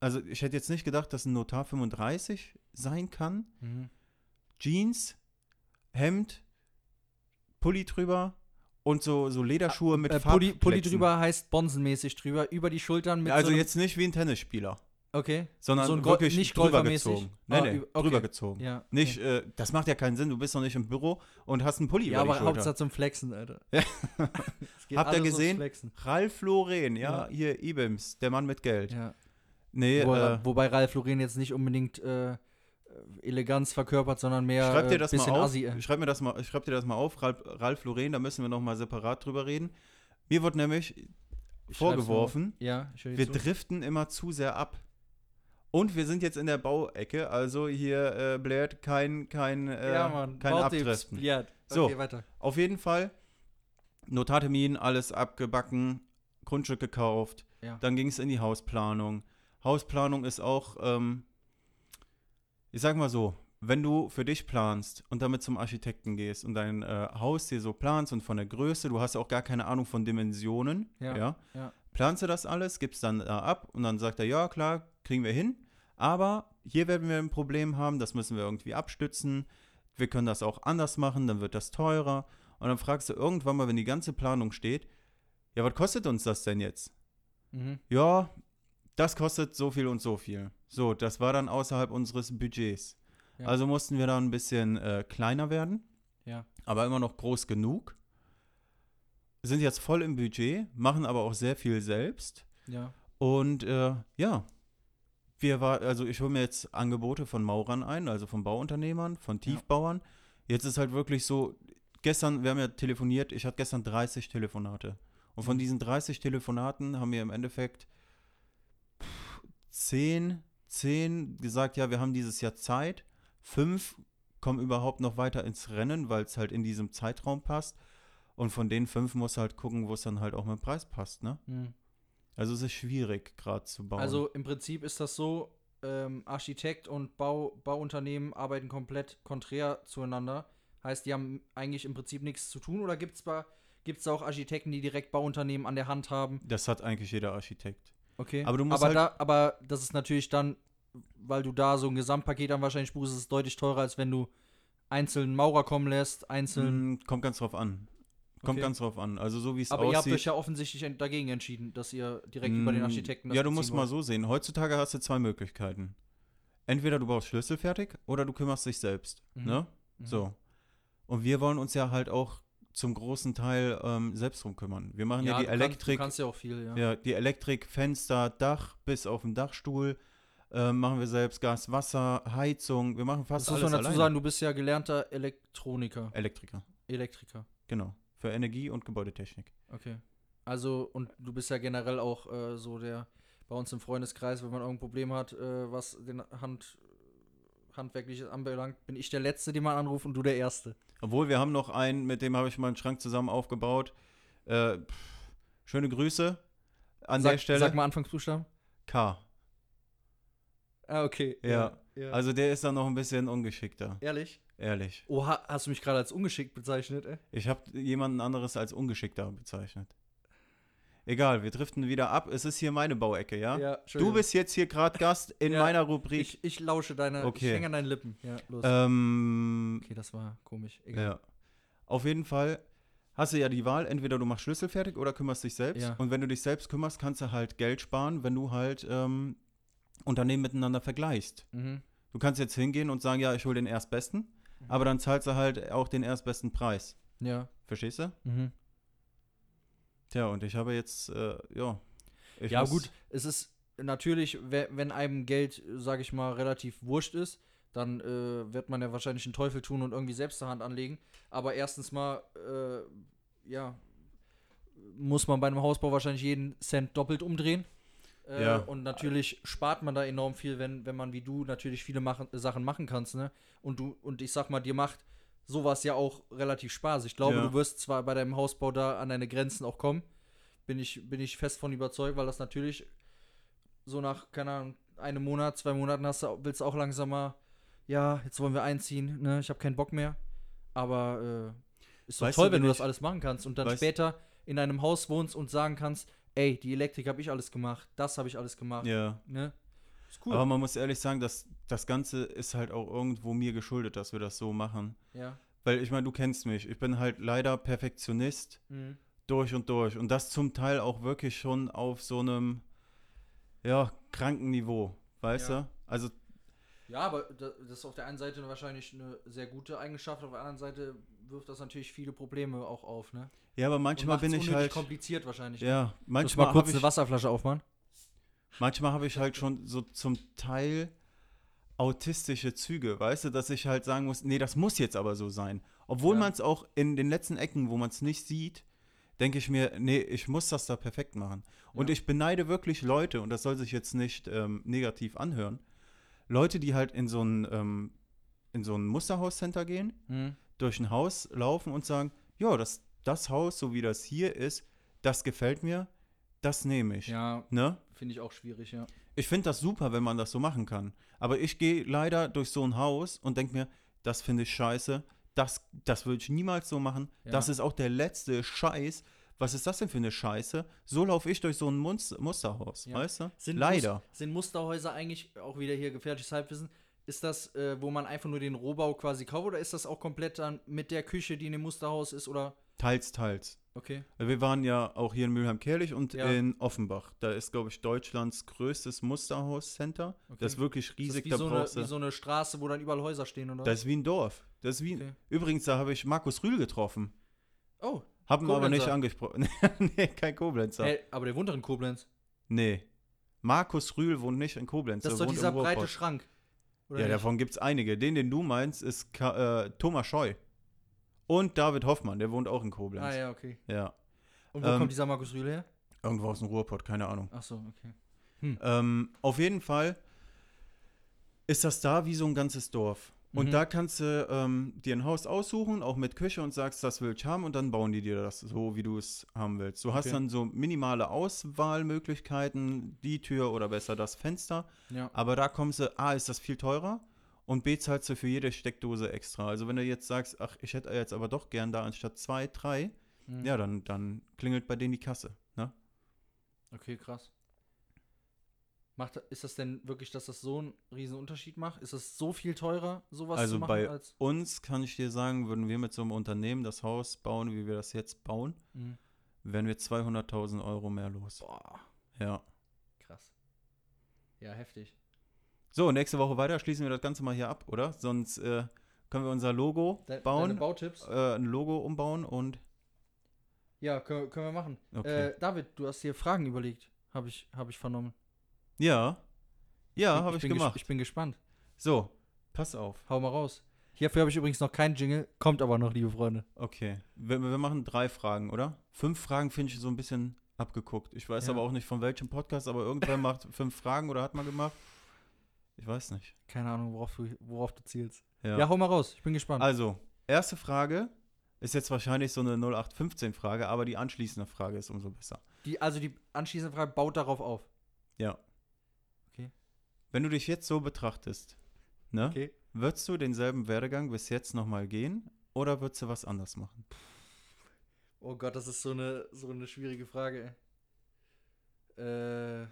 also ich hätte jetzt nicht gedacht, dass ein Notar 35 sein kann. Mhm. Jeans, Hemd, Pulli drüber und so, so Lederschuhe mit Äh, Pulli, Pulli Farbplätzen. drüber heißt bonsenmäßig drüber, über die Schultern mit Ja, also so einem, jetzt nicht wie ein Tennisspieler, okay, sondern So ein Gol- wirklich nicht drüber golfermäßig? gezogen. Ah, Nee, nee, über- okay. drüber gezogen. ja. okay. Nicht, äh, das macht ja keinen Sinn, du bist noch nicht im Büro und hast einen ja, Pulli über aber die Schulter. Hauptsache zum Flexen, Alter. Ja. Es geht Habt ihr alles ums gesehen? Flexen. Ralf Loren, ja, hier Ibims, der Mann mit Geld. Ja. Nee, Wobei, äh, wobei Ralf Lauren jetzt nicht unbedingt äh, Eleganz verkörpert, sondern mehr Schreib dir das äh, mal bisschen auf. Assi. äh. Schreib mir das mal, schreib dir das mal auf, Ralf, Ralf Lauren, da müssen wir noch mal separat drüber reden. Mir wurde nämlich Ich vorgeworfen, schreib's mir auf. Ja, ich höre dir wir zu. driften immer zu sehr ab. Und wir sind jetzt in der Bauecke, also hier äh, blärt kein kein äh, ja, Mann. kein Baut den Abdriften. Spliat. So. Okay, weiter. Auf jeden Fall Notartermin, alles abgebacken, Grundstück gekauft. Ja. Dann ging es in die Hausplanung. Hausplanung ist auch, ähm, ich sag mal so, wenn du für dich planst und damit zum Architekten gehst und dein äh, Haus dir so planst und von der Größe, du hast auch gar keine Ahnung von Dimensionen, Ja, ja. planst du das alles, gibst dann äh, ab und dann sagt er, ja klar, kriegen wir hin, aber hier werden wir ein Problem haben, das müssen wir irgendwie abstützen, wir können das auch anders machen, dann wird das teurer und dann fragst du irgendwann mal, wenn die ganze Planung steht, ja, was kostet uns das denn jetzt? Mhm. ja, das kostet so viel und so viel. So, das war dann außerhalb unseres Budgets. Ja. Also mussten wir dann ein bisschen äh, kleiner werden, Ja. aber immer noch groß genug. Sind jetzt voll im Budget, machen aber auch sehr viel selbst. Ja. Und äh, ja, wir war, also ich hole mir jetzt Angebote von Maurern ein, also von Bauunternehmern, von Ja. Tiefbauern. Jetzt ist halt wirklich so, gestern, wir haben ja telefoniert, ich hatte gestern 30 Telefonate. Und von diesen 30 Telefonaten haben wir im Endeffekt pff, 10, 10 gesagt, ja, wir haben dieses Jahr Zeit. Fünf kommen überhaupt noch weiter ins Rennen, weil es halt in diesem Zeitraum passt. Und von den fünf muss halt gucken, wo es dann halt auch mit dem Preis passt, ne? Mhm. Also es ist schwierig gerade zu bauen. Also im Prinzip ist das so, ähm, Architekt und Bau, Bauunternehmen arbeiten komplett konträr zueinander. Heißt, die haben eigentlich im Prinzip nichts zu tun oder gibt es gibt's da auch Architekten, die direkt Bauunternehmen an der Hand haben? das hat eigentlich jeder Architekt. Okay. Aber du musst aber, halt- da, aber das ist natürlich dann, weil du da so ein Gesamtpaket dann wahrscheinlich buchst, ist es deutlich teurer, als wenn du einzelnen Maurer kommen lässt, einzelnen. Mm, Kommt ganz drauf an. Kommt Hm. Okay. ganz drauf an. Also so wie es aber ihr habt euch aussieht. ja offensichtlich ent- dagegen entschieden, dass ihr direkt über den mm, Architekten. das Ja, du beziehen musst mal wollt. so sehen. Heutzutage hast du zwei Möglichkeiten. Entweder du baust Schlüssel fertig oder du kümmerst dich selbst. Mhm. Ne? Mhm. So. Und wir wollen uns ja halt auch zum großen Teil ähm, selbst drum kümmern. Wir machen ja, die du Elektrik, Kannst, du kannst ja auch viel, ja. ja, die Elektrik, Fenster, Dach bis auf den Dachstuhl. ähm, machen wir selbst Gas, Wasser, Heizung. Wir machen fast Das muss alles man dazu alleine. sagen, du bist ja gelernter Elektroniker, Elektriker. Elektriker. Genau. Für Energie und Gebäudetechnik. Okay. Also, und du bist ja generell auch äh, so der, bei uns im Freundeskreis, wenn man irgendein Problem hat, äh, was den Hand, Handwerkliches anbelangt, bin ich der Letzte, den man anruft und du der Erste. Obwohl, wir haben noch einen, mit dem habe ich meinen Schrank zusammen aufgebaut. Äh, pff, schöne Grüße an sag, der Stelle. Sag mal Anfangsbuchstaben. K. Ah, okay. Ja. ja. Also der ist dann noch ein bisschen ungeschickter, Ehrlich? ehrlich. Oha, hast du mich gerade als ungeschickt bezeichnet, ey? Ich habe jemanden anderes als ungeschickter bezeichnet. Egal, wir driften wieder ab. Es ist hier meine Bauecke, ja? du Entschuldigung. bist jetzt hier gerade Gast in Ja, meiner Rubrik. Ich, ich lausche deine. Okay. Ich hänge an deinen Lippen. Ja, los. ähm, okay, das war komisch. Egal. Ja. Auf jeden Fall hast du ja die Wahl, entweder du machst Schlüssel fertig oder kümmerst dich selbst. Ja. Und wenn du dich selbst kümmerst, kannst du halt Geld sparen, wenn du halt ähm, Unternehmen miteinander vergleichst. Mhm. Du kannst jetzt hingehen und sagen, ja, ich hole den Erstbesten, aber dann zahlst du halt auch den erstbesten Preis. Ja. Verstehst du? Mhm. Tja, und ich habe jetzt, äh, ja. Ich ja, muss- gut, es ist natürlich, we- wenn einem Geld, sage ich mal, relativ wurscht ist, dann äh, wird man ja wahrscheinlich einen Teufel tun und irgendwie selbst die Hand anlegen. Aber erstens mal, äh, ja, muss man bei einem Hausbau wahrscheinlich jeden Cent doppelt umdrehen. Äh, Ja. Und natürlich spart man da enorm viel, wenn, wenn man wie du natürlich viele machen, Sachen machen kannst, ne? Und du, und ich sag mal, dir macht sowas ja auch relativ Spaß. Ich glaube, Ja. du wirst zwar bei deinem Hausbau da an deine Grenzen auch kommen, bin ich, bin ich fest von überzeugt, weil das natürlich so nach, keine Ahnung, einem Monat, zwei Monaten hast du, willst du auch langsam mal, ja, jetzt wollen wir einziehen, ne, ich habe keinen Bock mehr. Aber äh, ist doch Weißt toll, du, wenn wen du das ich- alles machen kannst und dann Weißt- später in einem Haus wohnst und sagen kannst, ey, die Elektrik habe ich alles gemacht, das habe ich alles gemacht, Ja. ne? Ist cool. Aber man muss ehrlich sagen, dass das Ganze ist halt auch irgendwo mir geschuldet, dass wir das so machen. ja. Weil ich meine, du kennst mich. Ich bin halt leider Perfektionist Mhm. durch und durch. Und das zum Teil auch wirklich schon auf so einem, ja, kranken Niveau. Weißt Ja. du? Also, Ja, aber da- das ist auf der einen Seite wahrscheinlich eine sehr gute Eigenschaft, auf der anderen Seite wirft das natürlich viele Probleme auch auf, ne? ja, aber Und manchmal macht's bin ich unnötig halt. kompliziert wahrscheinlich. Ja, Muss mal manchmal kurz habe eine ich, Wasserflasche aufmachen. manchmal hab ich halt schon so zum Teil autistische Züge, weißt du, dass ich halt sagen muss, nee, das muss jetzt aber so sein. Obwohl Ja. man es auch in den letzten Ecken, wo man es nicht sieht, denke ich mir, nee, ich muss das da perfekt machen. Und Ja. ich beneide wirklich Leute, und das soll sich jetzt nicht ähm, negativ anhören, Leute, die halt in so ein, ähm, in so ein Musterhauscenter gehen Mhm. durch ein Haus laufen und sagen, ja, das, das Haus, so wie das hier ist, das gefällt mir, das nehme ich. Ja, Ne? finde ich auch schwierig, ja. Ich finde das super, wenn man das so machen kann. Aber ich gehe leider durch so ein Haus und denke mir, das finde ich scheiße, das, das würde ich niemals so machen, Ja. das ist auch der letzte Scheiß. Was ist das denn für eine Scheiße? So laufe ich durch so ein Munz- Musterhaus, Ja. weißt du? leider. Mus- sind Musterhäuser eigentlich auch wieder hier gefährliches Halbwissen? Ist das, äh, wo man einfach nur den Rohbau quasi kauft oder ist das auch komplett dann mit der Küche, die in dem Musterhaus ist oder? Teils, teils. Okay. Wir waren ja auch hier in Mülheim-Kerlich und Ja. in Offenbach. Da ist, glaube ich, Deutschlands größtes Musterhaus-Center. Okay. Das ist wirklich ist das riesig. wie, da so eine, brauchst du. wie so eine Straße, wo dann überall Häuser stehen oder? Das ist wie ein Dorf. Das ist wie Okay. Übrigens, da habe ich Markus Rühl getroffen. oh, Haben wir aber nicht Koblenzer. angesprochen. nee, kein Koblenzer. hä, aber der wohnt doch in Koblenz. Nee. Markus Rühl wohnt nicht in Koblenz. Das er ist doch wohnt dieser im Ruhrpott. breite Schrank. Oder Ja, nicht? davon gibt es einige. Den, den du meinst, ist Ka äh, Thomas Scheu. Und David Hoffmann, der wohnt auch in Koblenz. Ah ja. ja, okay. Und wo Ähm, kommt dieser Markus Rühl her? Irgendwo aus dem Ruhrpott, keine Ahnung. Ach so, okay. Ähm, auf jeden Fall ist das da wie so ein ganzes Dorf. Und Mhm. da kannst du ähm, dir ein Haus aussuchen, auch mit Küche und sagst, das will ich haben und dann bauen die dir das so, wie du es haben willst. Du hast Okay. dann so minimale Auswahlmöglichkeiten, die Tür oder besser das Fenster. Ja. Aber da kommst du, A, ist das viel teurer und B, zahlst du für jede Steckdose extra. Also wenn du jetzt sagst, ach, ich hätte jetzt aber doch gern da anstatt zwei, drei, Mhm. ja, dann, dann klingelt bei denen die Kasse. Ne? Okay, krass. Macht, ist das denn wirklich, dass das so einen riesen Unterschied macht? Ist das so viel teurer, sowas Also zu machen bei- als. Uns kann ich dir sagen, würden wir mit so einem Unternehmen das Haus bauen, wie wir das jetzt bauen, Mhm. wären wir 200.000 Euro mehr los. Boah, Ja. krass. Ja, heftig. So, nächste Woche weiter schließen wir das Ganze mal hier ab, oder? Sonst äh, können wir unser Logo De bauen, Deine Bautipps? äh, ein Logo umbauen und Ja, können, können wir machen. okay. Äh, David, du hast dir Fragen überlegt, habe ich, hab ich vernommen. ja. Ja, Bin- habe ich bin ges- gemacht. Ich bin gespannt. So, pass auf. Hau mal raus. Hierfür habe ich übrigens noch keinen Jingle, kommt aber noch, liebe Freunde. Okay. Wir, wir machen drei Fragen, oder? Fünf Fragen finde ich so ein bisschen abgeguckt. Ich weiß Ja. aber auch nicht von welchem Podcast, aber irgendwer macht fünf Fragen oder hat mal gemacht. Ich weiß nicht. Keine Ahnung, worauf du, worauf du zielst. Ja. Ja. hau mal raus, ich bin gespannt. Also, erste Frage ist jetzt wahrscheinlich so eine 0815-Frage, aber die anschließende Frage ist umso besser. Die, also die anschließende Frage baut darauf auf. Wenn du dich jetzt so betrachtest, ne? Okay. Würdest du denselben Werdegang bis jetzt nochmal gehen oder würdest du was anders machen? Oh Gott, das ist so eine, so eine schwierige Frage. ey. Äh,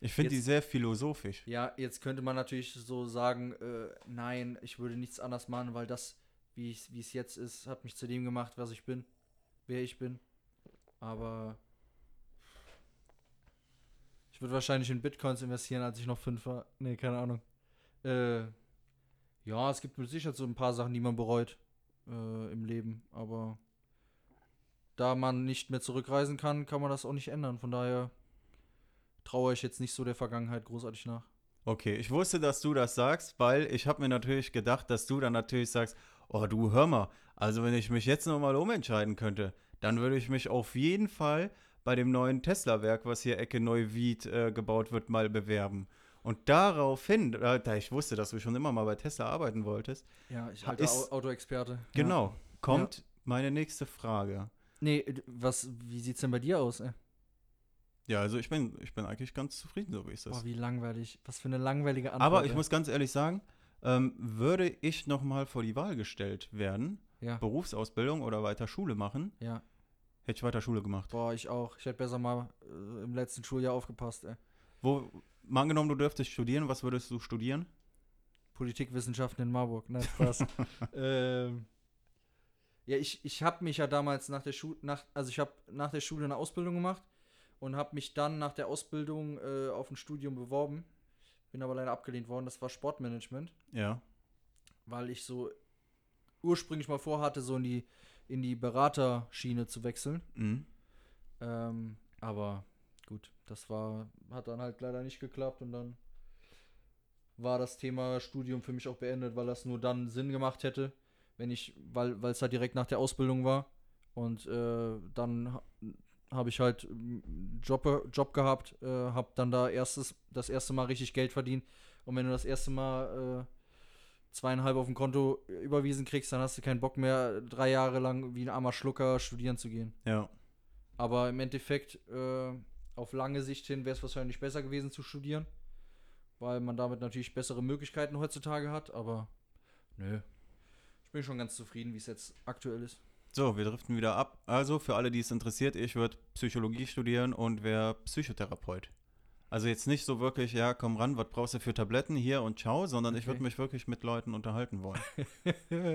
Ich finde die Jetzt- sehr philosophisch. ja, jetzt könnte man natürlich so sagen, äh, nein, ich würde nichts anders machen, weil das, wie ich- wie es jetzt ist, hat mich zu dem gemacht, was ich bin, wer ich bin. Aber ich würde wahrscheinlich in Bitcoins investieren, als ich noch fünf war. Nee, keine Ahnung. Äh, ja, es gibt mit Sicherheit so ein paar Sachen, die man bereut äh, im Leben, aber da man nicht mehr zurückreisen kann, kann man das auch nicht ändern. Von daher traue ich jetzt nicht so der Vergangenheit großartig nach. Okay, ich wusste, dass du das sagst, weil ich habe mir natürlich gedacht, dass du dann natürlich sagst, oh du hör mal, also wenn ich mich jetzt nochmal umentscheiden könnte, dann würde ich mich auf jeden Fall bei dem neuen Tesla-Werk, was hier Ecke Neuwied äh, gebaut wird, mal bewerben. Und daraufhin, äh, da ich wusste, dass du schon immer mal bei Tesla arbeiten wolltest, Ja, ich Ha- alter ist- Au- Autoexperte. Ja. genau, kommt meine nächste Frage. Äh, Nee, d- was, wie sieht's denn bei dir aus? Ey? Ja, also ich bin, ich bin eigentlich ganz zufrieden, so wie es ist. Boah, wie langweilig. Was für eine langweilige Antwort. Aber ich ey. muss ganz ehrlich sagen, ähm, würde ich nochmal vor die Wahl gestellt werden, Ja, Berufsausbildung oder weiter Schule machen, ja. hätte ich weiter Schule gemacht. Boah, ich auch. Ich hätte besser mal äh, im letzten Schuljahr aufgepasst, ey. Wo, mal angenommen, du dürftest studieren, was würdest du studieren? Politikwissenschaften in Marburg. Nein, Spaß. ähm, ja, ich, ich habe mich ja damals nach der Schule, nach, also ich habe nach der Schule eine Ausbildung gemacht und habe mich dann nach der Ausbildung äh, auf ein Studium beworben. Bin aber leider abgelehnt worden. Das war Sportmanagement, Ja. weil ich so ursprünglich mal vorhatte, so in die, in die Beraterschiene zu wechseln. Mhm. Ähm, aber gut, das war, hat dann halt leider nicht geklappt und dann war das Thema Studium für mich auch beendet, weil das nur dann Sinn gemacht hätte, wenn ich, weil weil es halt direkt nach der Ausbildung war und äh, dann ha- habe ich halt ähm, Job, Job gehabt, äh, habe dann da erstes, das erste Mal richtig Geld verdient und wenn du das erste Mal äh, zweieinhalb auf dem Konto überwiesen kriegst, dann hast du keinen Bock mehr, drei Jahre lang wie ein armer Schlucker studieren zu gehen. Ja. Aber im Endeffekt, äh, auf lange Sicht hin, wäre es wahrscheinlich besser gewesen zu studieren, weil man damit natürlich bessere Möglichkeiten heutzutage hat, aber nö. Ich bin schon ganz zufrieden, wie es jetzt aktuell ist. So, wir driften wieder ab. Also für alle, die es interessiert, ich würde Psychologie studieren und wäre Psychotherapeut. Also jetzt nicht so wirklich, ja, komm ran, was brauchst du für Tabletten hier und ciao, sondern ich Okay. würde mich wirklich mit Leuten unterhalten wollen.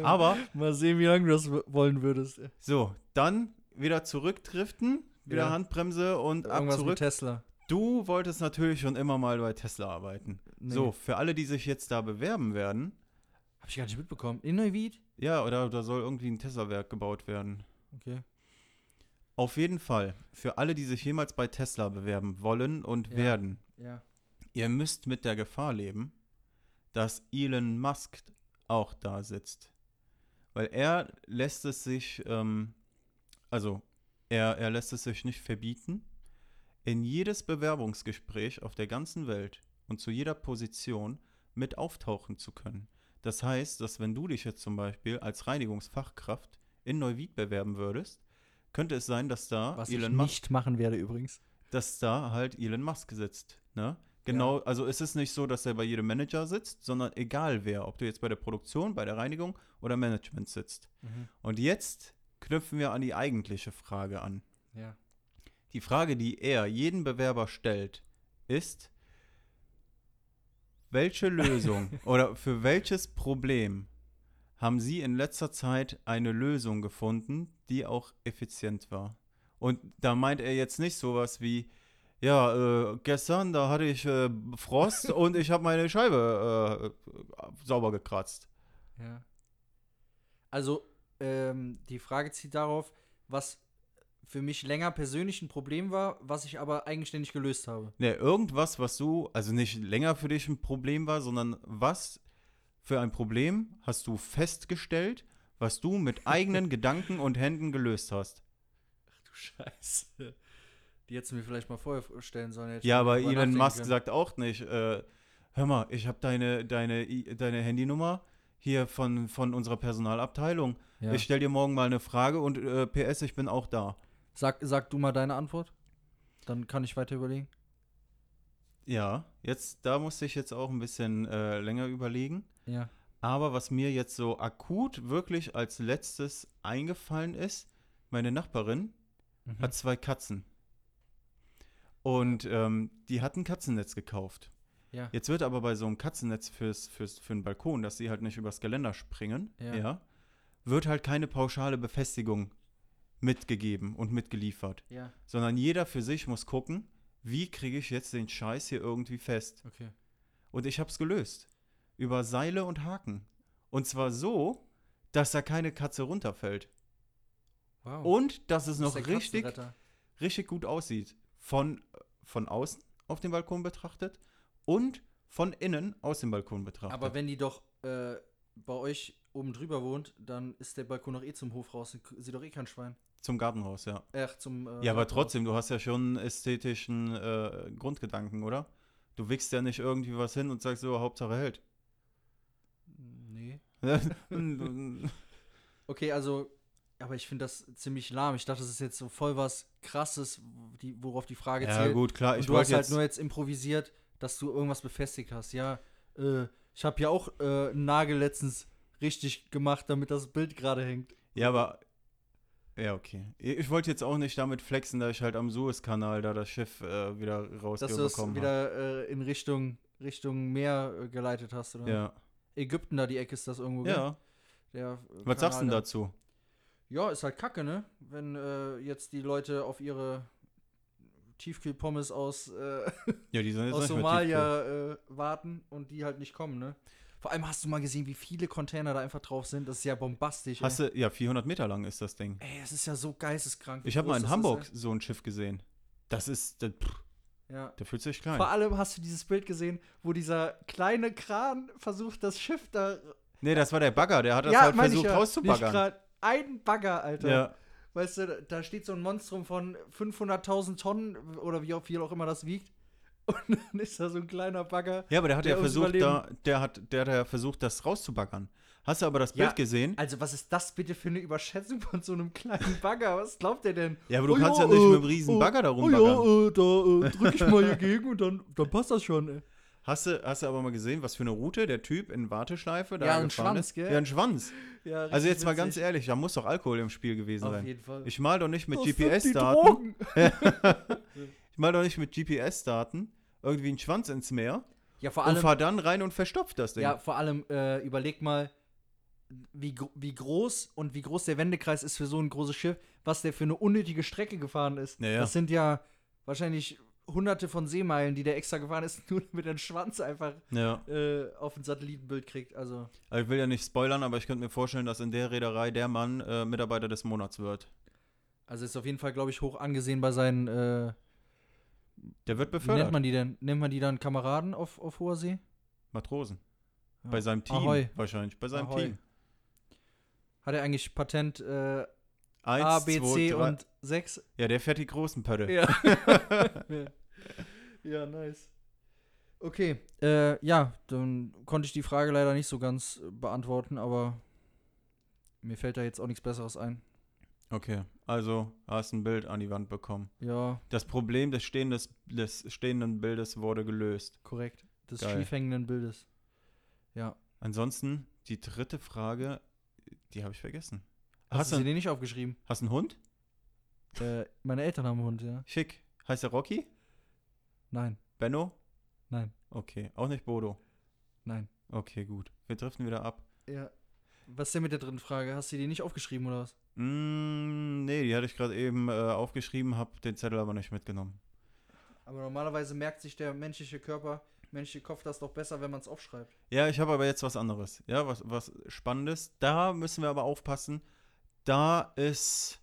Aber Ah, Mal sehen, wie lange du das wollen würdest. so, dann wieder zurückdriften, wieder Ja. Handbremse und ab Irgendwas mit zurück. Tesla. Du wolltest natürlich schon immer mal bei Tesla arbeiten. Nee. So, für alle, die sich jetzt da bewerben werden, Hab ich gar nicht mitbekommen. In Neuwied? ja, oder da soll irgendwie ein Tesla-Werk gebaut werden. Okay. Auf jeden Fall, für alle, die sich jemals bei Tesla bewerben wollen und Ja. werden, Ja. ihr müsst mit der Gefahr leben, dass Elon Musk auch da sitzt. Weil er lässt es sich, ähm, also er, er lässt es sich nicht verbieten, in jedes Bewerbungsgespräch auf der ganzen Welt und zu jeder Position mit auftauchen zu können. Das heißt, dass wenn du dich jetzt zum Beispiel als Reinigungsfachkraft in Neuwied bewerben würdest, könnte es sein, dass da Was Elon ich Musk nicht machen werde übrigens. dass da halt Elon Musk sitzt. Ne? Genau, also es ist nicht so, dass er bei jedem Manager sitzt, sondern egal wer, ob du jetzt bei der Produktion, bei der Reinigung oder Management sitzt. Mhm. Und jetzt knüpfen wir an die eigentliche Frage an. Ja. Die Frage, die er jeden Bewerber stellt, ist, welche Lösung oder für welches Problem haben Sie in letzter Zeit eine Lösung gefunden, die auch effizient war? Und da meint er jetzt nicht sowas wie, ja, äh, gestern, da hatte ich äh, Frost und ich habe meine Scheibe äh, äh, sauber gekratzt. Ja. Also, ähm, die Frage zieht darauf, was für mich länger persönlich ein Problem war, was ich aber eigenständig gelöst habe. Ne, irgendwas, was du, also nicht länger für dich ein Problem war, sondern was für ein Problem hast du festgestellt, was du mit eigenen Gedanken und Händen gelöst hast. Ach du Scheiße. Die hättest du mir vielleicht mal vorher stellen sollen. hätte ich ja, mal aber drüber Elon nachdenken Musk können. sagt auch nicht, äh, hör mal, ich habe deine, deine, i- deine Handynummer hier von, von unserer Personalabteilung. Ja. Ich stell dir morgen mal eine Frage und äh, PS, ich bin auch da. Sag, sag du mal deine Antwort. Dann kann ich weiter überlegen. Ja, jetzt, da musste ich jetzt auch ein bisschen äh, länger überlegen. Ja. Aber was mir jetzt so akut wirklich als letztes eingefallen ist, meine Nachbarin Mhm. hat zwei Katzen. Und ähm, die hat ein Katzennetz gekauft. Ja. Jetzt wird aber bei so einem Katzennetz fürs, fürs, für den Balkon, dass sie halt nicht übers Geländer springen, Ja. wird halt keine pauschale Befestigung mitgegeben und mitgeliefert. Ja, Sondern jeder für sich muss gucken, wie kriege ich jetzt den Scheiß hier irgendwie fest. okay. Und ich hab's gelöst. Über Seile und Haken. Und zwar so, dass da keine Katze runterfällt. Wow. Und dass es Oh, noch richtig, Katzenretter. richtig gut aussieht. Von, von außen auf dem Balkon betrachtet und von innen aus dem Balkon betrachtet. Aber wenn die doch äh, bei euch oben drüber wohnt, dann ist der Balkon noch eh zum Hof raus. Dann k- Sieht doch eh kein Schwein. Zum Gartenhaus, ja. Äh, zum. äh, Ja, aber Gartenhaus. trotzdem, du hast ja schon einen ästhetischen äh, Grundgedanken, oder? Du wickst ja nicht irgendwie was hin und sagst so, Hauptsache hält. Nee. ja, Okay, also aber ich finde das ziemlich lahm. Ich dachte, das ist jetzt so voll was Krasses, die, worauf die Frage Ja, zielt. gut, klar, Und ich du hast wollte halt jetzt. nur jetzt improvisiert, dass du irgendwas befestigt hast. Ja, äh, ich habe ja auch äh, einen Nagel letztens richtig gemacht, damit das Bild gerade hängt. ja, aber. Ja, okay. Ich ich wollte jetzt auch nicht damit flexen, da ich halt am Suezkanal da das Schiff äh, wieder Dass du es rausbekommen habe. wieder äh, in Richtung, Richtung Meer äh, geleitet hast, oder? Ja. Ägypten da die Ecke ist das irgendwo. gell? ja. Der, äh, Kanal Was sagst du denn da. dazu? Ja, ist halt kacke, ne? Wenn äh, jetzt die Leute auf ihre Tiefkühlpommes aus, äh, Ja, die sind jetzt aus nicht mehr tiefkühl. Somalia äh, warten und die halt nicht kommen, ne? Vor allem hast du mal gesehen, wie viele Container da einfach drauf sind. Das ist ja bombastisch. Hast du, ja, 400 Meter lang ist das Ding. ey. ey, es ist ja so geisteskrank. wie Ich habe mal groß in das Hamburg Ist, so ein Schiff gesehen. Das ist, das, pff, ey. ja. da fühlt sich Vor klein. allem hast du dieses Bild gesehen, wo dieser kleine Kran versucht, das Schiff da. Nee, das war der Bagger, der hat das halt mein ich versucht Nicht rauszubaggern. grad ein Bagger, Alter. Ja, Weißt du, da steht so ein Monstrum von 500.000 Tonnen oder wie auch viel auch immer das wiegt. Und dann ist da so ein kleiner Bagger. ja, aber der hat Der ja muss versucht, da, überleben. der hat, der hat ja versucht, das rauszubaggern. Hast du aber das Ja. Bild gesehen? Also, was ist das bitte für eine Überschätzung von so einem kleinen Bagger? Was glaubt der denn? Oh äh, Ja, aber du kannst ja nicht mit einem riesen Bagger da rumbaggern. ja, oh äh, da äh, drück ich mal hier gegen und dann, dann passt das schon, ey. Hast du, hast du aber mal gesehen, was für eine Route der Typ in Warteschleife da Ja, ein gefahren Schwanz, ist? gell? Ja, ein Schwanz. Ja, Also richtig jetzt mal ganz witzig. ehrlich, da muss doch Alkohol im Spiel gewesen Auf sein. jeden Fall. Ich mal doch nicht mit Das sind die GPS-Daten. Drogen. Ich mal doch nicht mit GPS-Daten irgendwie einen Schwanz ins Meer Ja, vor und allem, fahr dann rein und verstopft das Ding. ja, vor allem äh, überleg mal, wie, gro- wie groß und wie groß der Wendekreis ist für so ein großes Schiff, was der für eine unnötige Strecke gefahren ist. Ja, ja. Das sind ja wahrscheinlich hunderte von Seemeilen, die der extra gefahren ist, nur damit er den Schwanz einfach ja. äh, auf ein Satellitenbild kriegt. Also, Also ich will ja nicht spoilern, aber ich könnte mir vorstellen, dass in der Reederei der Mann äh, Mitarbeiter des Monats wird. also ist auf jeden Fall, glaube ich, hoch angesehen bei seinen, äh, wie Der wird nennt befördert. man die denn? Nennt man die dann Kameraden auf, auf hoher See? Matrosen. Ja. Bei seinem Team. Ahoi. Wahrscheinlich. Bei seinem Ahoi. Team. Hat er eigentlich Patent äh, Eins, A, B, zwei, C drei. und 6? Ja, der fährt die großen Pötte. Ja. ja, nice. Okay, äh, ja, dann konnte ich die Frage leider nicht so ganz äh, beantworten, aber mir fällt da jetzt auch nichts Besseres ein. Okay. Also hast ein Bild an die Wand bekommen. Ja, Das Problem des, stehendes, des stehenden Bildes wurde gelöst. korrekt. Des Geil. schiefhängenden Bildes. Ansonsten, die dritte Frage, die habe ich vergessen. Hast Hast du sie du dir nicht aufgeschrieben? hast einen Hund? äh, meine Eltern haben einen Hund, ja. Schick. Heißt er Rocky? Nein, Benno? Nein. Okay. Auch nicht Bodo. nein. Okay, gut. Wir driften wieder ab. Ja. Was ist denn mit der dritten Frage? Hast du die nicht aufgeschrieben oder was? Mm, nee, die hatte ich gerade eben äh, aufgeschrieben, habe den Zettel aber nicht mitgenommen. Aber normalerweise merkt sich der menschliche Körper, menschliche Kopf das doch besser, wenn man es aufschreibt. Ja, ich habe aber jetzt was anderes. Ja, was, was Spannendes. Da müssen wir aber aufpassen. Da ist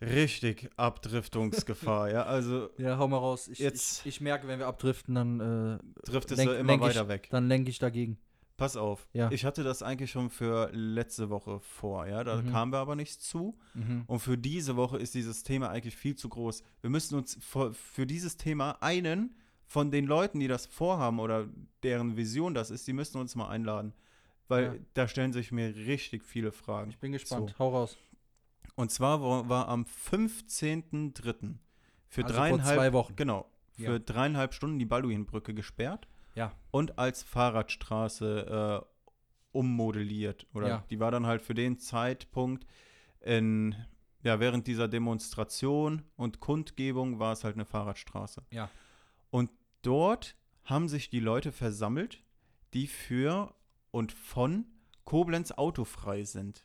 richtig Abdriftungsgefahr. ja, also Ja, hau mal raus. Ich, Jetzt- ich, ich merke, wenn wir abdriften, dann, äh, driftest Lenk- du immer lenk ich- weiter weg. dann lenke ich dagegen. Pass auf. Ja. Ich hatte das eigentlich schon für letzte Woche vor. Ja, da Mhm. kamen wir aber nicht zu. Mhm. Und für diese Woche ist dieses Thema eigentlich viel zu groß. Wir müssen uns vor- für dieses Thema einen von den Leuten, die das vorhaben oder deren Vision das ist, die müssen uns mal einladen. Weil Ja. da stellen sich mir richtig viele Fragen. Ich bin gespannt. Hau raus. Und zwar war, war am 15.03. für Also vor dreieinhalb zwei Wochen. Genau. Für Ja. dreieinhalb Stunden die Balduinbrücke gesperrt Ja. und als Fahrradstraße äh, ummodelliert. Oder Ja. die war dann halt für den Zeitpunkt in, ja, während dieser Demonstration und Kundgebung war es halt eine Fahrradstraße. Ja. Und dort haben sich die Leute versammelt, die für und von Koblenz autofrei sind.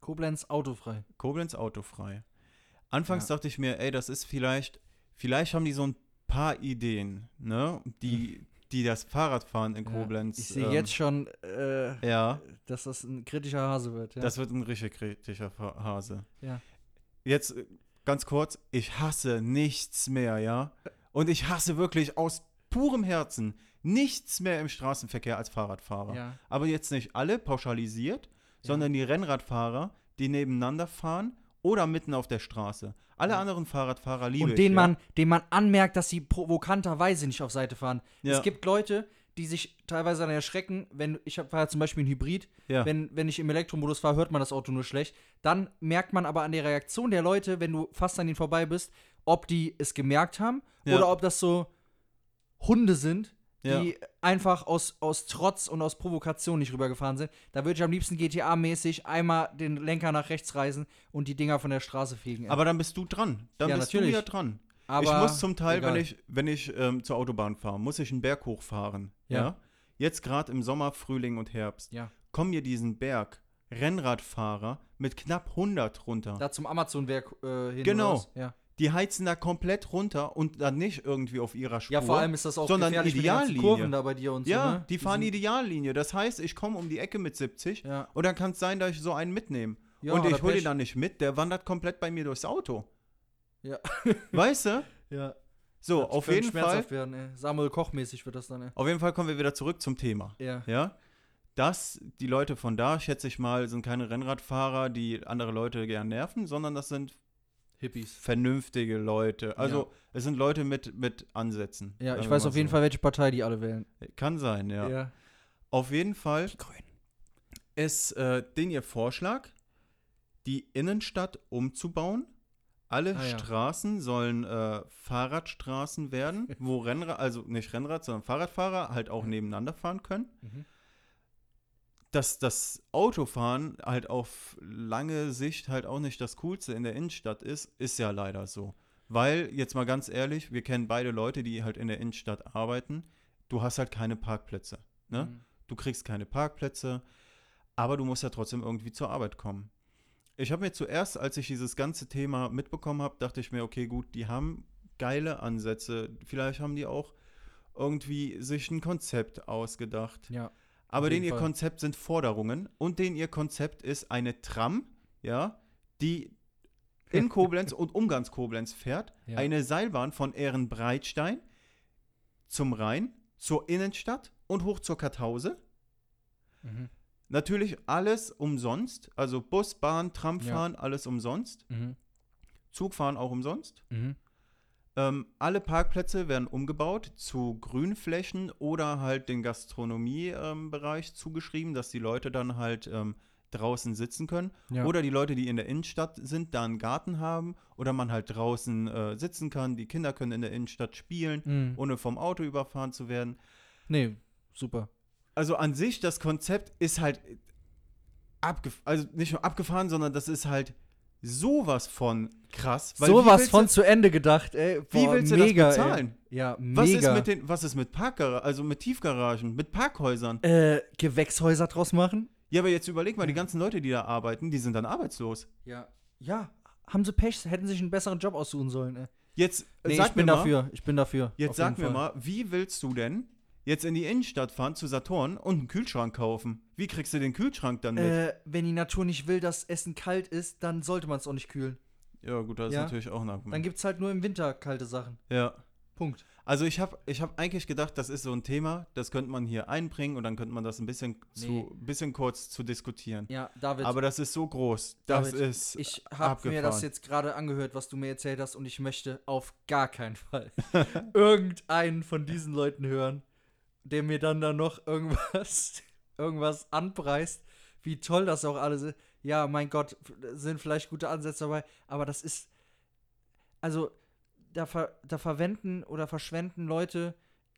Koblenz autofrei. Koblenz autofrei. Anfangs Ja. dachte ich mir, ey, das ist vielleicht, vielleicht haben die so ein paar Ideen, ne, die, die das Fahrradfahren in Koblenz. Mhm. Ich sehe ähm, jetzt schon, äh, Ja, dass das ein kritischer Hase wird. Ja. das wird ein richtig kritischer Fa- Hase. Ja. Jetzt äh, ganz kurz, ich hasse nichts mehr, ja. Und ich hasse wirklich aus purem Herzen nichts mehr im Straßenverkehr als Fahrradfahrer. ja. Aber jetzt nicht alle pauschalisiert, sondern die Rennradfahrer, die nebeneinander fahren oder mitten auf der Straße. Alle Ja. anderen Fahrradfahrer liebe Und ich. den ja. man, den man anmerkt, dass sie provokanterweise nicht auf Seite fahren. Ja. Es gibt Leute, die sich teilweise dann erschrecken, wenn ich hab- war ja zum Beispiel ein Hybrid, Ja. wenn, wenn ich im Elektromodus fahre, hört man das Auto nur schlecht. Dann merkt man aber an der Reaktion der Leute, wenn du fast an ihnen vorbei bist, ob die es gemerkt haben Ja. oder ob das so Hunde sind, die Ja. einfach aus, aus Trotz und aus Provokation nicht rübergefahren sind. Da würde ich am liebsten GTA-mäßig einmal den Lenker nach rechts reißen und die Dinger von der Straße fegen. ey. Aber dann bist du dran. Dann Ja, bist natürlich. du ja dran. ich Aber muss zum Teil, egal. wenn ich, wenn ich ähm, zur Autobahn fahre, muss ich einen Berg hochfahren. Ja. Ja. Jetzt gerade im Sommer, Frühling und Herbst. Ja. Komm mir diesen Berg Rennradfahrer mit knapp 100 runter. Da zum Amazon-Werk äh, hin. Genau. oder was? Ja. die heizen da komplett runter und dann nicht irgendwie auf ihrer Spur. ja, vor allem ist das auch sondern gefährlich mit den ganzen Ideallinie. Kurven da bei dir und so. Ja, ne? die fahren sind- Ideallinie. Das heißt, ich komme um die Ecke mit 70 Ja. und dann kann es sein, dass ich so einen mitnehme. Ja, und oder ich hole Pech. den dann nicht mit, der wandert komplett bei mir durchs Auto. Ja. Weißt du? ja. So, Das auf könnte jeden Fall. schmerzhaft werden, ey. Samuel Koch-mäßig wird das dann, ey. Auf jeden Fall kommen wir wieder zurück zum Thema. Ja. Ja? Dass die Leute von da, schätze ich mal, sind keine Rennradfahrer, die andere Leute gern nerven, sondern das sind Hippies. vernünftige Leute. Also es sind Leute mit, mit Ansätzen. Ja, sagen ich wir weiß mal auf jeden so. Fall, welche Partei die alle wählen. Kann sein, ja. Auf jeden Fall ist äh, den ihr Vorschlag, die Innenstadt umzubauen. Alle Ah, ja. Straßen sollen äh, Fahrradstraßen werden, wo Rennrad, also nicht Rennrad, sondern Fahrradfahrer halt auch nebeneinander fahren können. Mhm. Dass das Autofahren halt auf lange Sicht halt auch nicht das Coolste in der Innenstadt ist, ist ja leider so. Weil, jetzt mal ganz ehrlich, wir kennen beide Leute, die halt in der Innenstadt arbeiten. Du hast halt keine Parkplätze. Ne? Mhm. Du kriegst keine Parkplätze, aber du musst ja trotzdem irgendwie zur Arbeit kommen. Ich habe mir zuerst, als ich dieses ganze Thema mitbekommen habe, dachte ich mir, okay, gut, die haben geile Ansätze. Vielleicht haben die auch irgendwie sich ein Konzept ausgedacht. Ja. aber auf jeden den ihr Fall. Konzept sind Forderungen und den ihr Konzept ist eine Tram, ja, die in Koblenz und um ganz Koblenz fährt, Ja. eine Seilbahn von Ehrenbreitstein zum Rhein, zur Innenstadt und hoch zur Karthause. Mhm. Natürlich alles umsonst, also Bus, Bahn, Tram Ja. fahren, alles umsonst. Mhm. Zug fahren auch umsonst. Mhm. Ähm, alle Parkplätze werden umgebaut zu Grünflächen oder halt den Gastronomiebereich ähm, Bereich zugeschrieben, dass die Leute dann halt ähm, draußen sitzen können. Ja. Oder die Leute, die in der Innenstadt sind, da einen Garten haben oder man halt draußen äh, sitzen kann. Die Kinder können in der Innenstadt spielen, Mhm. ohne vom Auto überfahren zu werden. Nee, super. also an sich, das Konzept ist halt abgef also nicht nur abgefahren, sondern das ist halt sowas von krass. weil wie Sowas willst von Du, zu Ende gedacht, ey. wie Boah, willst du mega, das bezahlen? Ey. Ja, mega. Was ist mit den, was ist mit Parkgaragen, also mit Tiefgaragen, mit Parkhäusern? äh, Gewächshäuser draus machen? Ja, aber jetzt überleg mal, die ganzen Leute, die da arbeiten, die sind dann arbeitslos. Ja. Ja, haben sie Pech, hätten sich einen besseren Job aussuchen sollen, ey. Jetzt Nee, sag ich bin mir mal, dafür, ich bin dafür. auf jetzt sag jeden mir Fall. mal, wie willst du denn jetzt in die Innenstadt fahren zu Saturn und einen Kühlschrank kaufen? Wie kriegst du den Kühlschrank dann mit? Äh, wenn die Natur nicht will, dass Essen kalt ist, dann sollte man es auch nicht kühlen. ja, gut, das ja. ist natürlich auch ein Argument. Dann gibt es halt nur im Winter kalte Sachen. ja. Punkt. Also ich habe ich hab eigentlich gedacht, das ist so ein Thema, das könnte man hier einbringen und dann könnte man das ein bisschen, zu, bisschen kurz zu diskutieren. Ja, David, Aber das ist so groß. Das David, ist ich habe mir das abgefahren. jetzt gerade angehört, was du mir erzählt hast, und ich möchte auf gar keinen Fall irgendeinen von diesen Leuten hören, der mir dann da noch irgendwas, irgendwas anpreist, wie toll das auch alles ist. Ja, mein Gott, f- sind vielleicht gute Ansätze dabei, aber das ist, also da, ver, da verwenden oder verschwenden Leute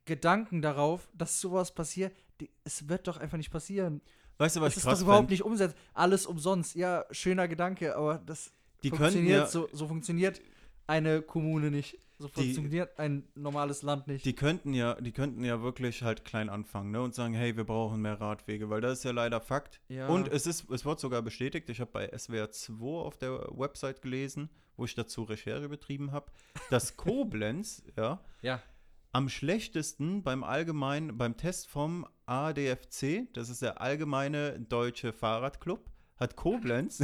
Gedanken darauf, dass sowas passiert. Die, es wird doch einfach nicht passieren. Weißt du, was Das ich ist doch krass überhaupt finde? nicht umsetzt. Alles umsonst. Ja, schöner Gedanke, aber das Die können funktioniert ja, so, so funktioniert eine Kommune nicht. So funktioniert ein normales Land nicht. die könnten ja, die könnten ja wirklich halt klein anfangen, ne? Und sagen, hey, wir brauchen mehr Radwege, weil das ist ja leider Fakt. Ja. Und es ist, es wird sogar bestätigt, ich habe bei SWR 2 auf der Website gelesen, wo ich dazu Recherche betrieben habe, dass Koblenz, ja, ja. am schlechtesten beim allgemeinen, beim Test vom ADFC, das ist der Allgemeine Deutsche Fahrradclub, hat Koblenz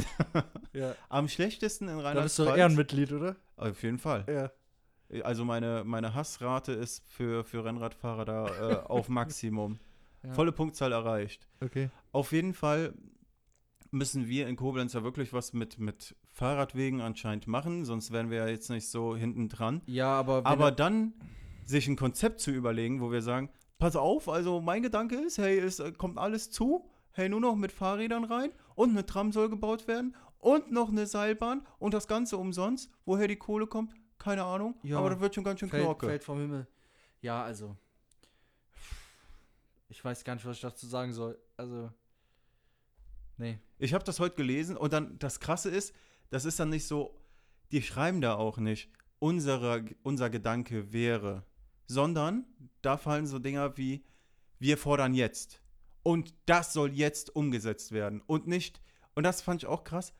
ja. am schlechtesten in Da rheinland bist du Ehrenmitglied, oder? Auf jeden Fall. Ja. Also meine, meine Hassrate ist für, für Rennradfahrer da äh, auf Maximum. Ja. Volle Punktzahl erreicht. Okay. Auf jeden Fall müssen wir in Koblenz ja wirklich was mit, mit Fahrradwegen anscheinend machen, sonst wären wir ja jetzt nicht so hinten dran. Ja, aber, wenn- Aber dann sich ein Konzept zu überlegen, wo wir sagen, pass auf, also mein Gedanke ist, hey, es äh, kommt alles zu, hey, nur noch mit Fahrrädern rein und eine Tram soll gebaut werden und noch eine Seilbahn und das Ganze umsonst. Woher die Kohle kommt, keine Ahnung, Ja. aber das wird schon ganz schön Fällt, knorke. fällt vom Himmel. Ja, also. Ich weiß gar nicht, was ich dazu sagen soll. Also. Nee. Ich habe das heute gelesen und dann das Krasse ist, das ist dann nicht so, die schreiben da auch nicht, unsere, unser Gedanke wäre, sondern da fallen so Dinger wie, wir fordern jetzt und das soll jetzt umgesetzt werden und nicht, und das fand ich auch krass,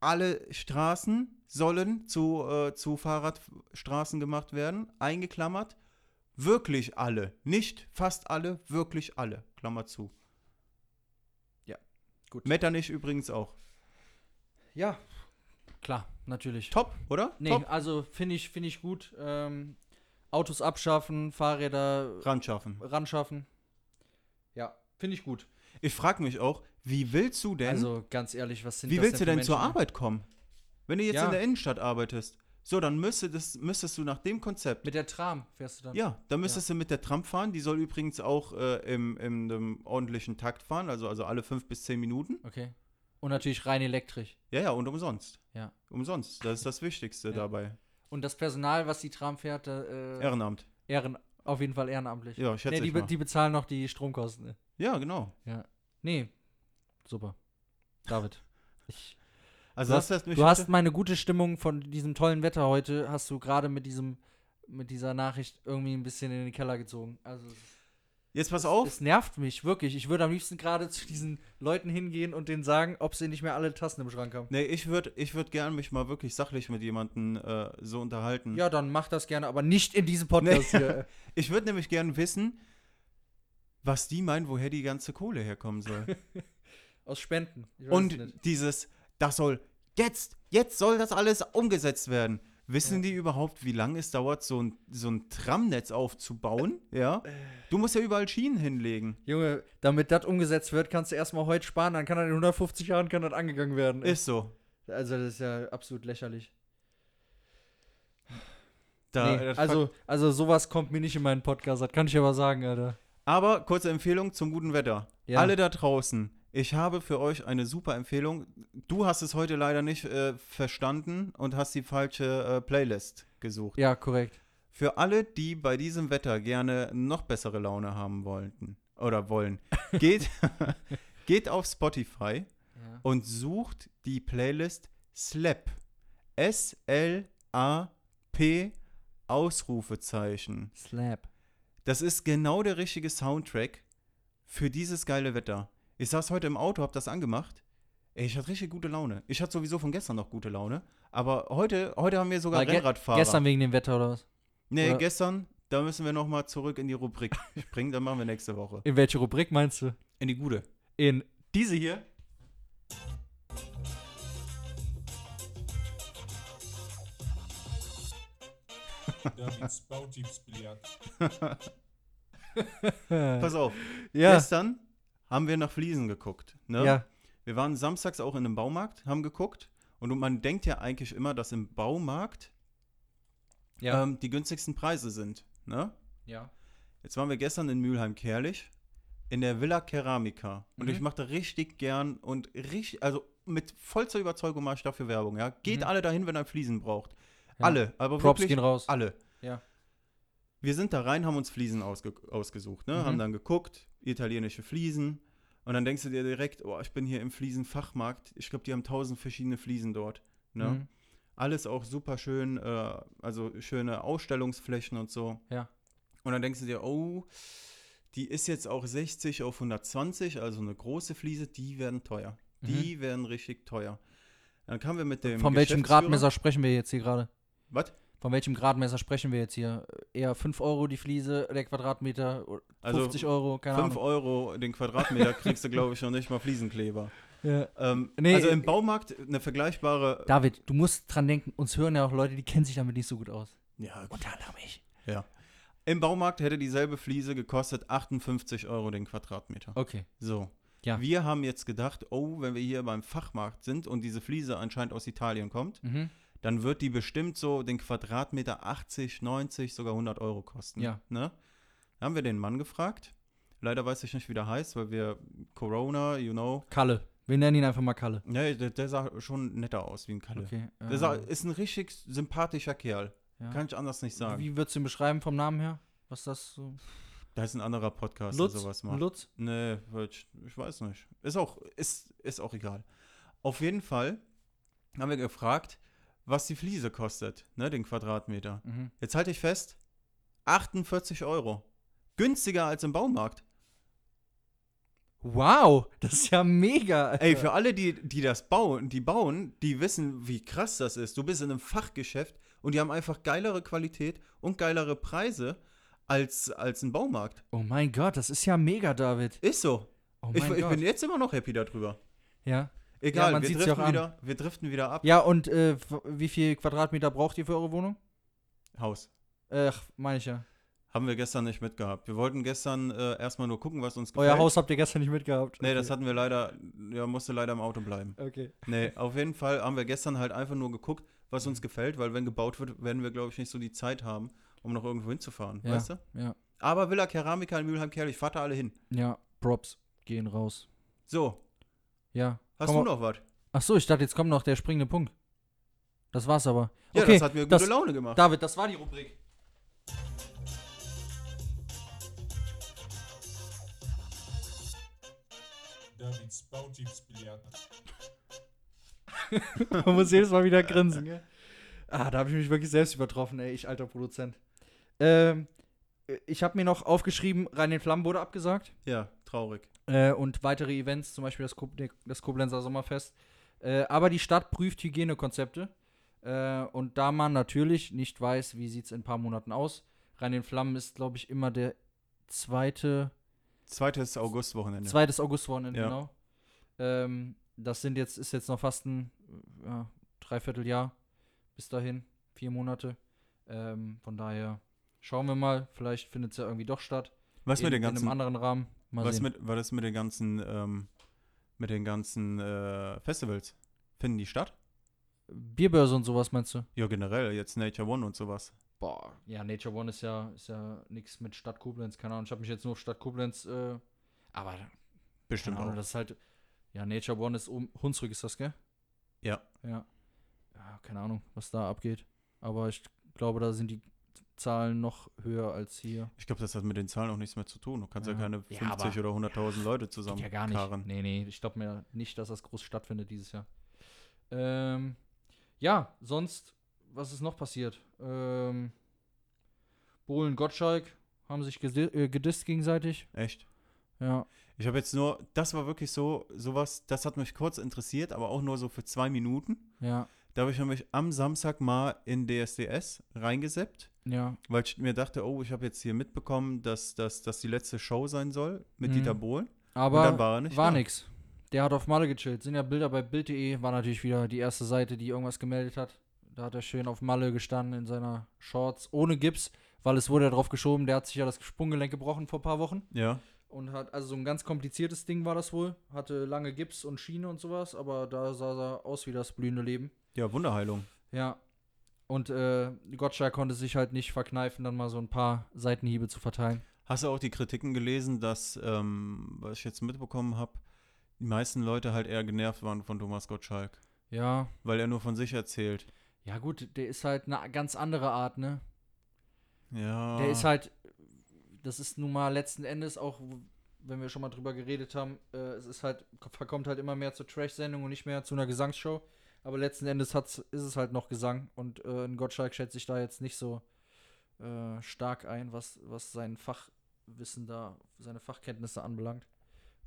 alle Straßen sollen zu, äh, zu Fahrradstraßen gemacht werden, eingeklammert, wirklich alle, nicht fast alle, wirklich alle, Klammer zu. Ja, gut. Metternich übrigens auch. Ja. Klar, natürlich. Top, oder? Nee, Top. also finde ich, find ich gut. Ähm, Autos abschaffen, Fahrräder Ran schaffen. ran schaffen. Ja, finde ich gut. Ich frage mich auch, wie willst du denn, Also ganz ehrlich, was sind wie das willst du für denn zur Menschen? Arbeit kommen? Wenn du jetzt Ja. in der Innenstadt arbeitest, so, dann müsste das, müsstest du nach dem Konzept, Mit der Tram fährst du dann. ja, dann müsstest du mit der Tram fahren, die soll übrigens auch äh, im, im, im ordentlichen Takt fahren, also, also alle fünf bis zehn Minuten. Okay. Und natürlich rein elektrisch. Ja, ja, und umsonst. Ja. Umsonst, das ist das Wichtigste Ja. dabei. Und das Personal, was die Tram fährt, äh, Ehrenamt. Ehren, auf jeden Fall ehrenamtlich. Ja, schätze nee, die, ich be- mal. die bezahlen noch die Stromkosten. ne? Ja, genau. Nee, super. David. Ich, Also du hast, das lässt mich du hast meine gute Stimmung von diesem tollen Wetter heute, hast du gerade mit diesem mit dieser Nachricht irgendwie ein bisschen in den Keller gezogen. Also es- jetzt pass auf, es nervt mich wirklich. Ich würde am liebsten gerade zu diesen Leuten hingehen und denen sagen, ob sie nicht mehr alle Tassen im Schrank haben. nee, ich würde ich würd gern mich mal wirklich sachlich mit jemandem äh, so unterhalten. Ja, dann mach das gerne, aber nicht in diesem Podcast Nee. hier. Ich würde nämlich gerne wissen, was die meinen, woher die ganze Kohle herkommen soll. Aus Spenden. Ich weiß es nicht. Und dieses, das soll jetzt, jetzt soll das alles umgesetzt werden. Wissen die überhaupt, wie lange es dauert, so ein, so ein Tramnetz aufzubauen? Äh, Ja. Du musst ja überall Schienen hinlegen. Junge, damit das umgesetzt wird, kannst du erstmal heute sparen, dann kann das in 150 Jahren kann das angegangen werden. ey. Ist so. Also das ist ja absolut lächerlich. Da, äh, nee, das also, also sowas kommt mir nicht in meinen Podcast, das kann ich aber sagen, Alter. Aber kurze Empfehlung zum guten Wetter. Ja. Alle da draußen, ich habe für euch eine super Empfehlung. Du hast es heute leider nicht äh, verstanden und hast die falsche äh, Playlist gesucht. Ja, korrekt. Für alle, die bei diesem Wetter gerne noch bessere Laune haben wollten oder wollen, geht, geht auf Spotify und sucht die Playlist Slap. S-L-A-P Ausrufezeichen. Slap. Das ist genau der richtige Soundtrack für dieses geile Wetter. Ich saß heute im Auto, hab das angemacht. Ey, ich hatte richtig gute Laune. Ich hatte sowieso von gestern noch gute Laune. Aber heute, heute haben wir sogar Weil ge- Rennradfahrer. Gestern wegen dem Wetter oder was? Nee, Oder- gestern, da müssen wir nochmal zurück in die Rubrik springen, dann machen wir nächste Woche. In welche Rubrik meinst du? In die gute. In diese hier. Davids Bautippsbillard. Pass auf, ja. gestern haben wir nach Fliesen geguckt. Ne? ja. Wir waren samstags auch in einem Baumarkt, haben geguckt. Und man denkt ja eigentlich immer, dass im Baumarkt Ja. ähm, die günstigsten Preise sind. Ne? ja. Jetzt waren wir gestern in Mülheim-Kerlich in der Villa Keramica. Und Mhm. ich mache da richtig gern und richtig, also mit vollster Überzeugung mache ich dafür Werbung. Ja? Geht Mhm. alle dahin, wenn ihr Fliesen braucht. Ja. Alle, aber Props wirklich gehen raus. Alle. Ja. Wir sind da rein, haben uns Fliesen ausge ausgesucht, ne? Mhm. Haben dann geguckt, italienische Fliesen. Und dann denkst du dir direkt, oh, ich bin hier im Fliesenfachmarkt. Ich glaube, die haben tausend verschiedene Fliesen dort. Ne? Mhm. Alles auch super schön, äh, also schöne Ausstellungsflächen und so. Ja. Und dann denkst du dir, oh, die ist jetzt auch 60 auf 120, also eine große Fliese, die werden teuer. Mhm. Die werden richtig teuer. Dann kamen wir mit dem. Von welchem Geschäftsführer- Gradmesser sprechen wir jetzt hier gerade? Was? Von welchem Gradmesser sprechen wir jetzt hier? Äh, Eher 5 Euro die Fliese, der Quadratmeter, oder Also 50 Euro, keine 5 Ahnung. Euro den Quadratmeter kriegst du, glaube ich, noch nicht mal Fliesenkleber. Ja. Ähm, Nee, also im äh, Baumarkt eine vergleichbare. David, du musst dran denken, uns hören ja auch Leute, die kennen sich damit nicht so gut aus. ja, gut. Unter anderem ich. ja. Im Baumarkt hätte dieselbe Fliese gekostet 58 Euro den Quadratmeter. Okay. So. Ja. Wir haben jetzt gedacht, oh, wenn wir hier beim Fachmarkt sind und diese Fliese anscheinend aus Italien kommt, Mhm. dann wird die bestimmt so den Quadratmeter 80, 90, sogar 100 Euro kosten. Ja. Ne? Da haben wir den Mann gefragt. Leider weiß ich nicht, wie der heißt, weil wir Corona, you know. Kalle. Wir nennen ihn einfach mal Kalle. Ja, der, der sah schon netter aus wie ein Kalle. Okay. Der sah, äh, ist ein richtig sympathischer Kerl. ja. Kann ich anders nicht sagen. Wie würdest du ihn beschreiben vom Namen her? Was das so? Da ist ein anderer Podcast, der sowas macht. Lutz? Nee, ich, ich weiß nicht. Ist auch, ist, ist auch egal. Auf jeden Fall haben wir gefragt, was die Fliese kostet, ne, den Quadratmeter. Mhm. Jetzt halte ich fest, 48 Euro. Günstiger als im Baumarkt. Wow, das ist ja mega. Ey, Alter. für alle, die, die das bauen, die bauen, die wissen, wie krass das ist. Du bist in einem Fachgeschäft und die haben einfach geilere Qualität und geilere Preise als, als ein Baumarkt. oh mein Gott, das ist ja mega, David. Ist so. Oh ich, mein ich Gott. bin jetzt immer noch happy darüber. ja. Egal, man wir, sieht's ja auch driften an. wieder, wir driften wieder ab. ja, und äh, f- wie viel Quadratmeter braucht ihr für eure Wohnung? Haus. Ach, meine ich ja. Haben wir gestern nicht mitgehabt. Wir wollten gestern äh, erstmal nur gucken, was uns gefällt. Euer Haus habt ihr gestern nicht mitgehabt. Nee, das hatten wir leider, ja, musste leider im Auto bleiben. Okay. Nee, auf jeden Fall haben wir gestern halt einfach nur geguckt, was uns gefällt, weil wenn gebaut wird, werden wir, glaube ich, nicht so die Zeit haben, um noch irgendwo hinzufahren, Ja, weißt du? ja. Aber Villa Keramica in Mülheim Kerl, ich fahre da alle hin. Ja, Props gehen raus. So, Ja. hast Komm du mal- noch was? Ach so, ich dachte, jetzt kommt noch der springende Punkt. Das war's aber. Ja, okay, das hat mir gute das- Laune gemacht. David, das war die Rubrik. Davids Bautipps Billard. Man muss jedes Mal wieder grinsen, gell? Ah, da habe ich mich wirklich selbst übertroffen, ey, ich alter Produzent. Ähm, ich habe mir noch aufgeschrieben, Rhein den Flammen wurde abgesagt. ja, traurig. Äh, und weitere Events, zum Beispiel das, Kob das Koblenzer Sommerfest. Äh, aber die Stadt prüft Hygienekonzepte. Äh, und da man natürlich nicht weiß, wie sieht es in ein paar Monaten aus, Rhein den Flammen ist, glaube ich, immer der zweite Zweites Augustwochenende. Zweites Augustwochenende, Ja. genau. Ähm, das sind jetzt, ist jetzt noch fast ein äh, ja, Dreivierteljahr bis dahin, vier Monate. Ähm, von daher schauen wir mal, vielleicht findet es ja irgendwie doch statt. was in, mit den In ganzen, einem anderen Rahmen. Mal was sehen. mit, war das mit den ganzen, ähm, mit den ganzen äh, Festivals? Finden die statt? Bierbörse und sowas meinst du? Ja, generell, jetzt Nature One und sowas. Boah, ja, Nature One ist ja, ist ja nichts mit Stadt Koblenz, keine Ahnung. Ich habe mich jetzt nur auf Stadt Koblenz, äh, aber Bestimmt keine Ahnung, auch. das ist halt, ja, Nature One ist um, Hunsrück ist das, gell? Ja. Ja. ja. Keine Ahnung, was da abgeht. Aber ich glaube, da sind die Zahlen noch höher als hier. Ich glaube, das hat mit den Zahlen auch nichts mehr zu tun. Du kannst ja, Ja. keine Ja, 50 aber- oder 100.000 Leute Geht zusammen ja gar nicht. karren. Nee, nee, ich glaube mir nicht, dass das groß stattfindet dieses Jahr. Ähm, ja, sonst, was ist noch passiert? Ähm, Bohlen Gottschalk haben sich gedi- äh, gedisst gegenseitig. Echt? Ja. Ich habe jetzt nur, das war wirklich so, sowas, das hat mich kurz interessiert, aber auch nur so für zwei Minuten. Ja. Da habe ich nämlich am Samstag mal in DSDS reingesippt, Ja. weil ich mir dachte, oh, ich habe jetzt hier mitbekommen, dass das dass die letzte Show sein soll mit Mhm. Dieter Bohlen. Aber dann war er nicht da. nix. Der hat auf Malle gechillt. Sind ja Bilder bei Bild.de, war natürlich wieder die erste Seite, die irgendwas gemeldet hat. Da hat er schön auf Malle gestanden in seiner Shorts, ohne Gips, weil es wurde ja drauf geschoben, der hat sich ja das Sprunggelenk gebrochen vor ein paar Wochen. Ja. Und hat, also so ein ganz kompliziertes Ding war das wohl. Hatte lange Gips und Schiene und sowas, aber da sah er aus wie das blühende Leben. Ja, Wunderheilung. Ja. Und äh, Gottschalk konnte sich halt nicht verkneifen, dann mal so ein paar Seitenhiebe zu verteilen. Hast du auch die Kritiken gelesen, dass, ähm, was ich jetzt mitbekommen habe, die meisten Leute halt eher genervt waren von Thomas Gottschalk, Ja. weil er nur von sich erzählt. Ja, gut, der ist halt eine ganz andere Art, ne? Ja. Der ist halt, das ist nun mal letzten Endes auch, wenn wir schon mal drüber geredet haben, äh, es ist halt, verkommt halt immer mehr zur Trash-Sendung und nicht mehr zu einer Gesangsshow. Aber letzten Endes hat's, ist es halt noch Gesang und äh, ein Gottschalk schätzt sich da jetzt nicht so äh, stark ein, was, was sein Fachwissen da, seine Fachkenntnisse anbelangt,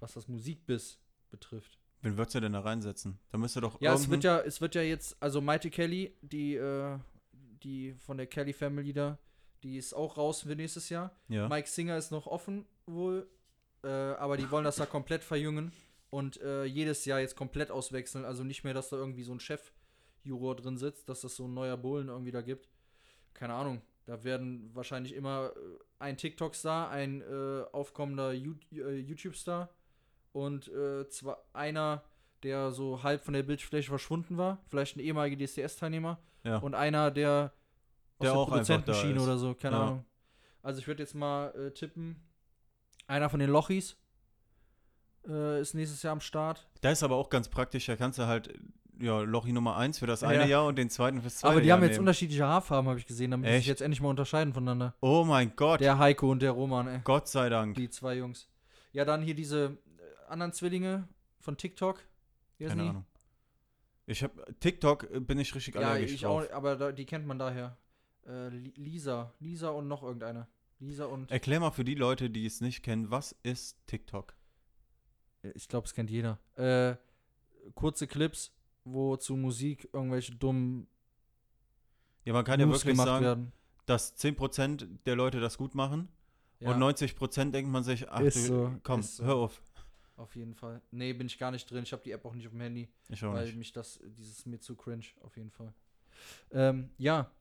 was das Musikbiss betrifft. Wen würdest du denn da reinsetzen? Da müsste doch Ja, es wird irgendein- ja, es wird ja jetzt, also Maite Kelly, die, äh, die von der Kelly Family da, die ist auch raus für nächstes Jahr. ja. Mike Singer ist noch offen wohl, äh, aber die wollen das ja komplett verjüngen und äh, jedes Jahr jetzt komplett auswechseln. Also nicht mehr, dass da irgendwie so ein Chefjuror drin sitzt, dass das so ein neuer Bullen irgendwie da gibt. Keine Ahnung. Da werden wahrscheinlich immer äh, ein TikTok-Star, ein äh, aufkommender Ju- äh, YouTube-Star und äh, zwar einer, der so halb von der Bildfläche verschwunden war, vielleicht ein ehemaliger DSDS-Teilnehmer Ja. und einer, der aus Der der auch einfach da Produzentenschiene ist. oder so, keine Ja. Ahnung. Also ich würde jetzt mal äh, tippen, einer von den Lochis äh, ist nächstes Jahr am Start. Da ist aber auch ganz praktisch, da kannst du halt ja, Lochi Nummer 1 für das Ja. eine Jahr und den zweiten fürs zweite Aber die Jahr haben jetzt nehmen. unterschiedliche Haarfarben, habe ich gesehen, damit die sich Echt? jetzt endlich mal unterscheiden voneinander. Oh mein Gott, Der Heiko und der Roman, ey. Gott sei Dank. Die zwei Jungs. Ja, dann hier diese äh, anderen Zwillinge von TikTok. Wie heißen Keine die? Ahnung. Ich habe TikTok äh, bin ich richtig Ja, allergisch ich drauf. auch, aber da, die kennt man daher. Äh, Li- Lisa. Lisa und noch irgendeiner. Lisa und. Erklär mal für die Leute, die es nicht kennen, was ist TikTok? Ich glaube, es kennt jeder. Äh, kurze Clips, wo zu Musik irgendwelche dummen Ja, man kann ja Moves wirklich gemacht sagen, werden. dass 10% der Leute das gut machen Ja, und 90% denkt man sich, ach Ist du, so, komm, ist so. hör auf. auf jeden Fall. Nee, bin ich gar nicht drin. Ich habe die App auch nicht auf dem Handy, Ich auch weil nicht. mich das, dieses ist mir zu cringe, auf jeden Fall. Ähm, ja,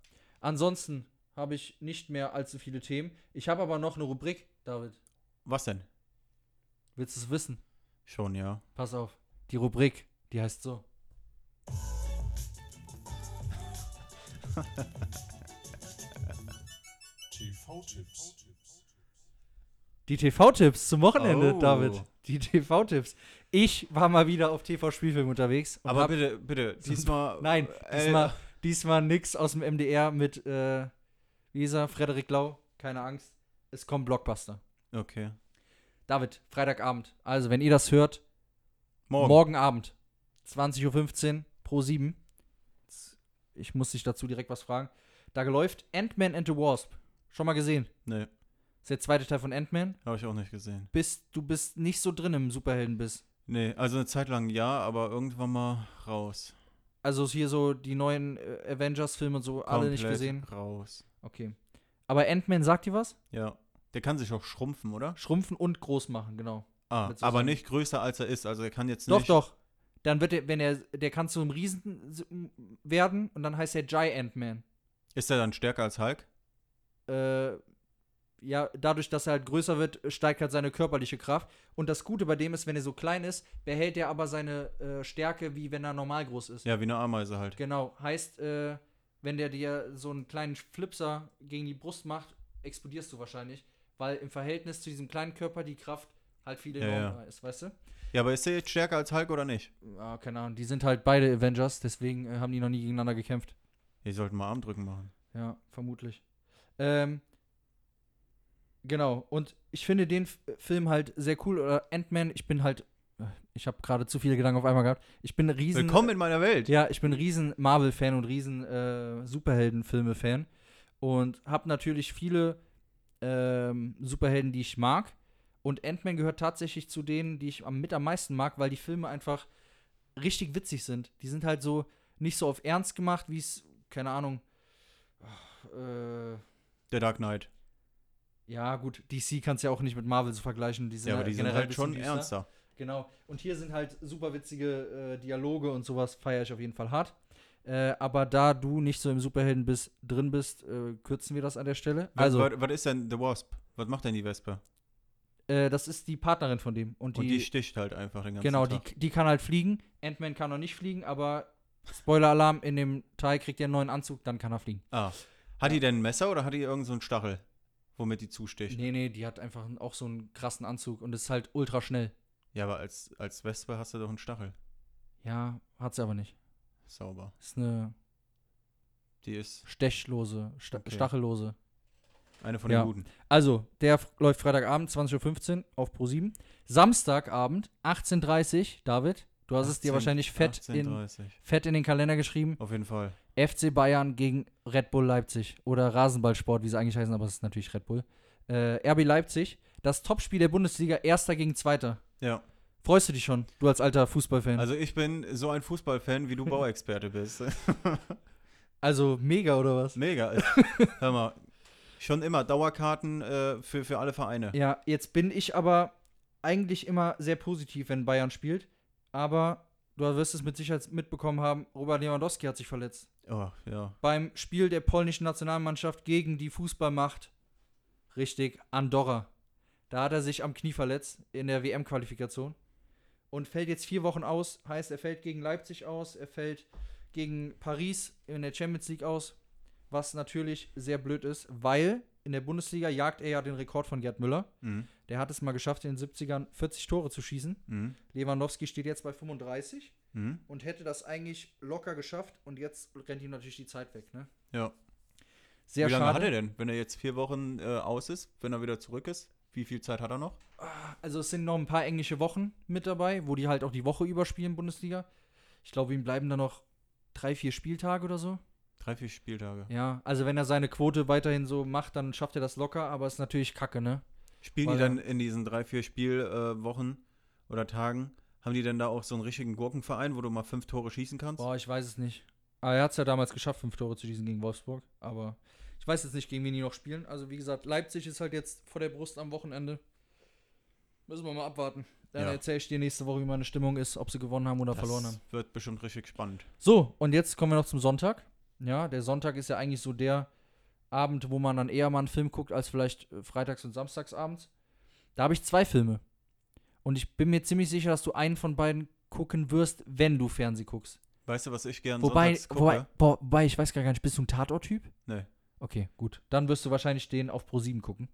ansonsten habe ich nicht mehr allzu viele Themen. Ich habe aber noch eine Rubrik, David. Was denn? Willst du es wissen? Schon, ja. Pass auf. Die Rubrik, die heißt so. TV-Tipps. Die TV-Tipps zum Wochenende, Oh. David. Die TV-Tipps. Ich war mal wieder auf TV-Spielfilm unterwegs. und Aber hab- bitte, bitte, diesmal. Nein, äh, diesmal, diesmal nix aus dem MDR mit, äh, wie hieß er, Frederik Lau. Keine Angst. Es kommt Blockbuster. Okay. David, Freitagabend. Also, wenn ihr das hört, Morgen. morgen, Abend, 20.15 Uhr pro 7. Ich muss dich dazu direkt was fragen. Da läuft Ant-Man and the Wasp. Schon mal gesehen. Nee, ist der zweite Teil von Ant-Man. habe ich auch nicht gesehen. Bist, du bist nicht so drin im Superhelden bist. Nee, also eine Zeit lang ja, aber irgendwann mal raus. Also hier so die neuen äh, Avengers-Filme und so, alle nicht Komplett gesehen. Raus. Okay. Aber Ant-Man sagt dir was? Ja. Der kann sich auch schrumpfen, oder? Schrumpfen und groß machen, genau. Ah, Mit so aber seinem- nicht größer als er ist. Also er kann jetzt Doch, nicht. doch. Dann wird er, wenn er, der kann zu einem Riesen s- m- werden und dann heißt er Giant Man. Ist er dann stärker als Hulk? Äh, ja, dadurch, dass er halt größer wird, steigt halt seine körperliche Kraft. Und das Gute bei dem ist, wenn er so klein ist, behält er aber seine äh, Stärke, wie wenn er normal groß ist. Ja, wie eine Ameise halt. Genau, heißt, äh, wenn der dir so einen kleinen Flipser gegen die Brust macht, explodierst du wahrscheinlich, weil im Verhältnis zu diesem kleinen Körper die Kraft halt viel Ja, enormer ja. ist, weißt du? Ja, aber ist er jetzt stärker als Hulk oder nicht? Ah, keine Ahnung, die sind halt beide Avengers, deswegen äh, haben die noch nie gegeneinander gekämpft. Die sollten mal Armdrücken machen. Ja, vermutlich. Ähm, genau, und ich finde den F Film halt sehr cool, oder Ant-Man, ich bin halt, äh, ich habe gerade zu viele Gedanken auf einmal gehabt, ich bin ein riesen... Willkommen in meiner Welt. Ja, ich bin riesen Marvel-Fan und riesen äh, Superhelden-Filme-Fan und habe natürlich viele ähm, Superhelden, die ich mag. Und Ant-Man gehört tatsächlich zu denen, die ich am, mit am meisten mag, weil die Filme einfach richtig witzig sind. Die sind halt so nicht so auf Ernst gemacht, wie es, keine Ahnung, ach, äh, Der Dark Knight. ja gut, DC kannst du ja auch nicht mit Marvel so vergleichen. Die sind Ja, aber die sind generell ein halt bisschen schon düster. ernster. Genau. Und hier sind halt super witzige äh, Dialoge und sowas feiere ich auf jeden Fall hart. Äh, aber da du nicht so im Superhelden bist, drin bist, äh, kürzen wir das an der Stelle. Also, was, was ist denn The Wasp? Was macht denn die Wespe? äh, das ist die Partnerin von dem. Und die, Und die sticht halt einfach den ganzen genau, die, Tag. die kann halt fliegen. Ant-Man kann noch nicht fliegen, aber Spoiler-Alarm, in dem Teil kriegt er einen neuen Anzug, dann kann er fliegen. Ah. Hat die denn ein Messer oder hat die irgend so einen Stachel, womit die zusticht? Nee, nee, die hat einfach auch so einen krassen Anzug und ist halt ultra schnell. Ja, aber als, als Wespe hast du doch einen Stachel. Ja, hat sie aber nicht. Sauber. Ist eine Die ist stechlose, sta Okay. stachellose. eine von Ja. den Guten. Also, der f- läuft Freitagabend, 20.15 Uhr auf Pro7. Samstagabend, 18.30 Uhr, David. Du hast es dir 18, wahrscheinlich fett in, 18:30. fett in den Kalender geschrieben. Auf jeden Fall. FC Bayern gegen Red Bull Leipzig. Oder Rasenballsport, wie sie eigentlich heißen, aber es ist natürlich Red Bull. Äh, RB Leipzig, das Topspiel der Bundesliga, Erster gegen Zweiter. Ja. Freust du dich schon, du als alter Fußballfan? Also, Also ich bin so ein Fußballfan, wie du Bauexperte bist. Also mega oder was? Mega. Hör mal. Schon immer Dauerkarten äh, für, für alle Vereine. Ja, jetzt bin ich aber eigentlich immer sehr positiv, wenn Bayern spielt. Aber du wirst es mit Sicherheit mitbekommen haben, Robert Lewandowski hat sich verletzt. Oh, ja. Beim Spiel der polnischen Nationalmannschaft gegen die Fußballmacht, richtig, Andorra. Da hat er sich am Knie verletzt in der WM-Qualifikation. Und fällt jetzt vier Wochen aus. Heißt, er fällt gegen Leipzig aus, er fällt gegen Paris in der Champions League aus. Was natürlich sehr blöd ist, weil in der Bundesliga jagt er ja den Rekord von Gerd Müller. Mhm. Der hat es mal geschafft, in den 70ern 40 Tore zu schießen. Mhm. Lewandowski steht jetzt bei 35 Mhm. und hätte das eigentlich locker geschafft. Und jetzt rennt ihm natürlich die Zeit weg. Ne? Ja. Sehr wie lange schade. hat er denn? Wenn er jetzt vier Wochen äh, aus ist, wenn er wieder zurück ist, wie viel Zeit hat er noch? Also es sind noch ein paar englische Wochen mit dabei, wo die halt auch die Woche überspielen, Bundesliga. Ich glaube, ihm bleiben da noch drei, vier Spieltage oder so. Drei, vier Spieltage. Ja, also wenn er seine Quote weiterhin so macht, dann schafft er das locker, aber ist natürlich kacke, ne? Spielen Weil die er- dann in diesen drei, vier Spielwochen äh, Wochen oder Tagen, haben die denn da auch so einen richtigen Gurkenverein, wo du mal fünf Tore schießen kannst? Boah, ich weiß es nicht. Aber er hat es ja damals geschafft, fünf Tore zu schießen gegen Wolfsburg. Aber ich weiß jetzt nicht, gegen wen die noch spielen. Also wie gesagt, Leipzig ist halt jetzt vor der Brust am Wochenende. Müssen wir mal abwarten. Dann Ja. erzähle ich dir nächste Woche, wie meine Stimmung ist, ob sie gewonnen haben oder das verloren haben. wird bestimmt richtig spannend. So, und jetzt kommen wir noch zum Sonntag. Ja, der Sonntag ist ja eigentlich so der Abend, wo man dann eher mal einen Film guckt, als vielleicht äh, freitags und samstags abends. Da habe ich zwei Filme. Und ich bin mir ziemlich sicher, dass du einen von beiden gucken wirst, wenn du Fernseh guckst. Weißt du, was ich gerne Wobei, sonntags gucke? wobei, boah, wobei, ich weiß gar nicht, bist du ein Tatort-Typ? Nee. Okay, gut. Dann wirst du wahrscheinlich den auf Pro7 gucken.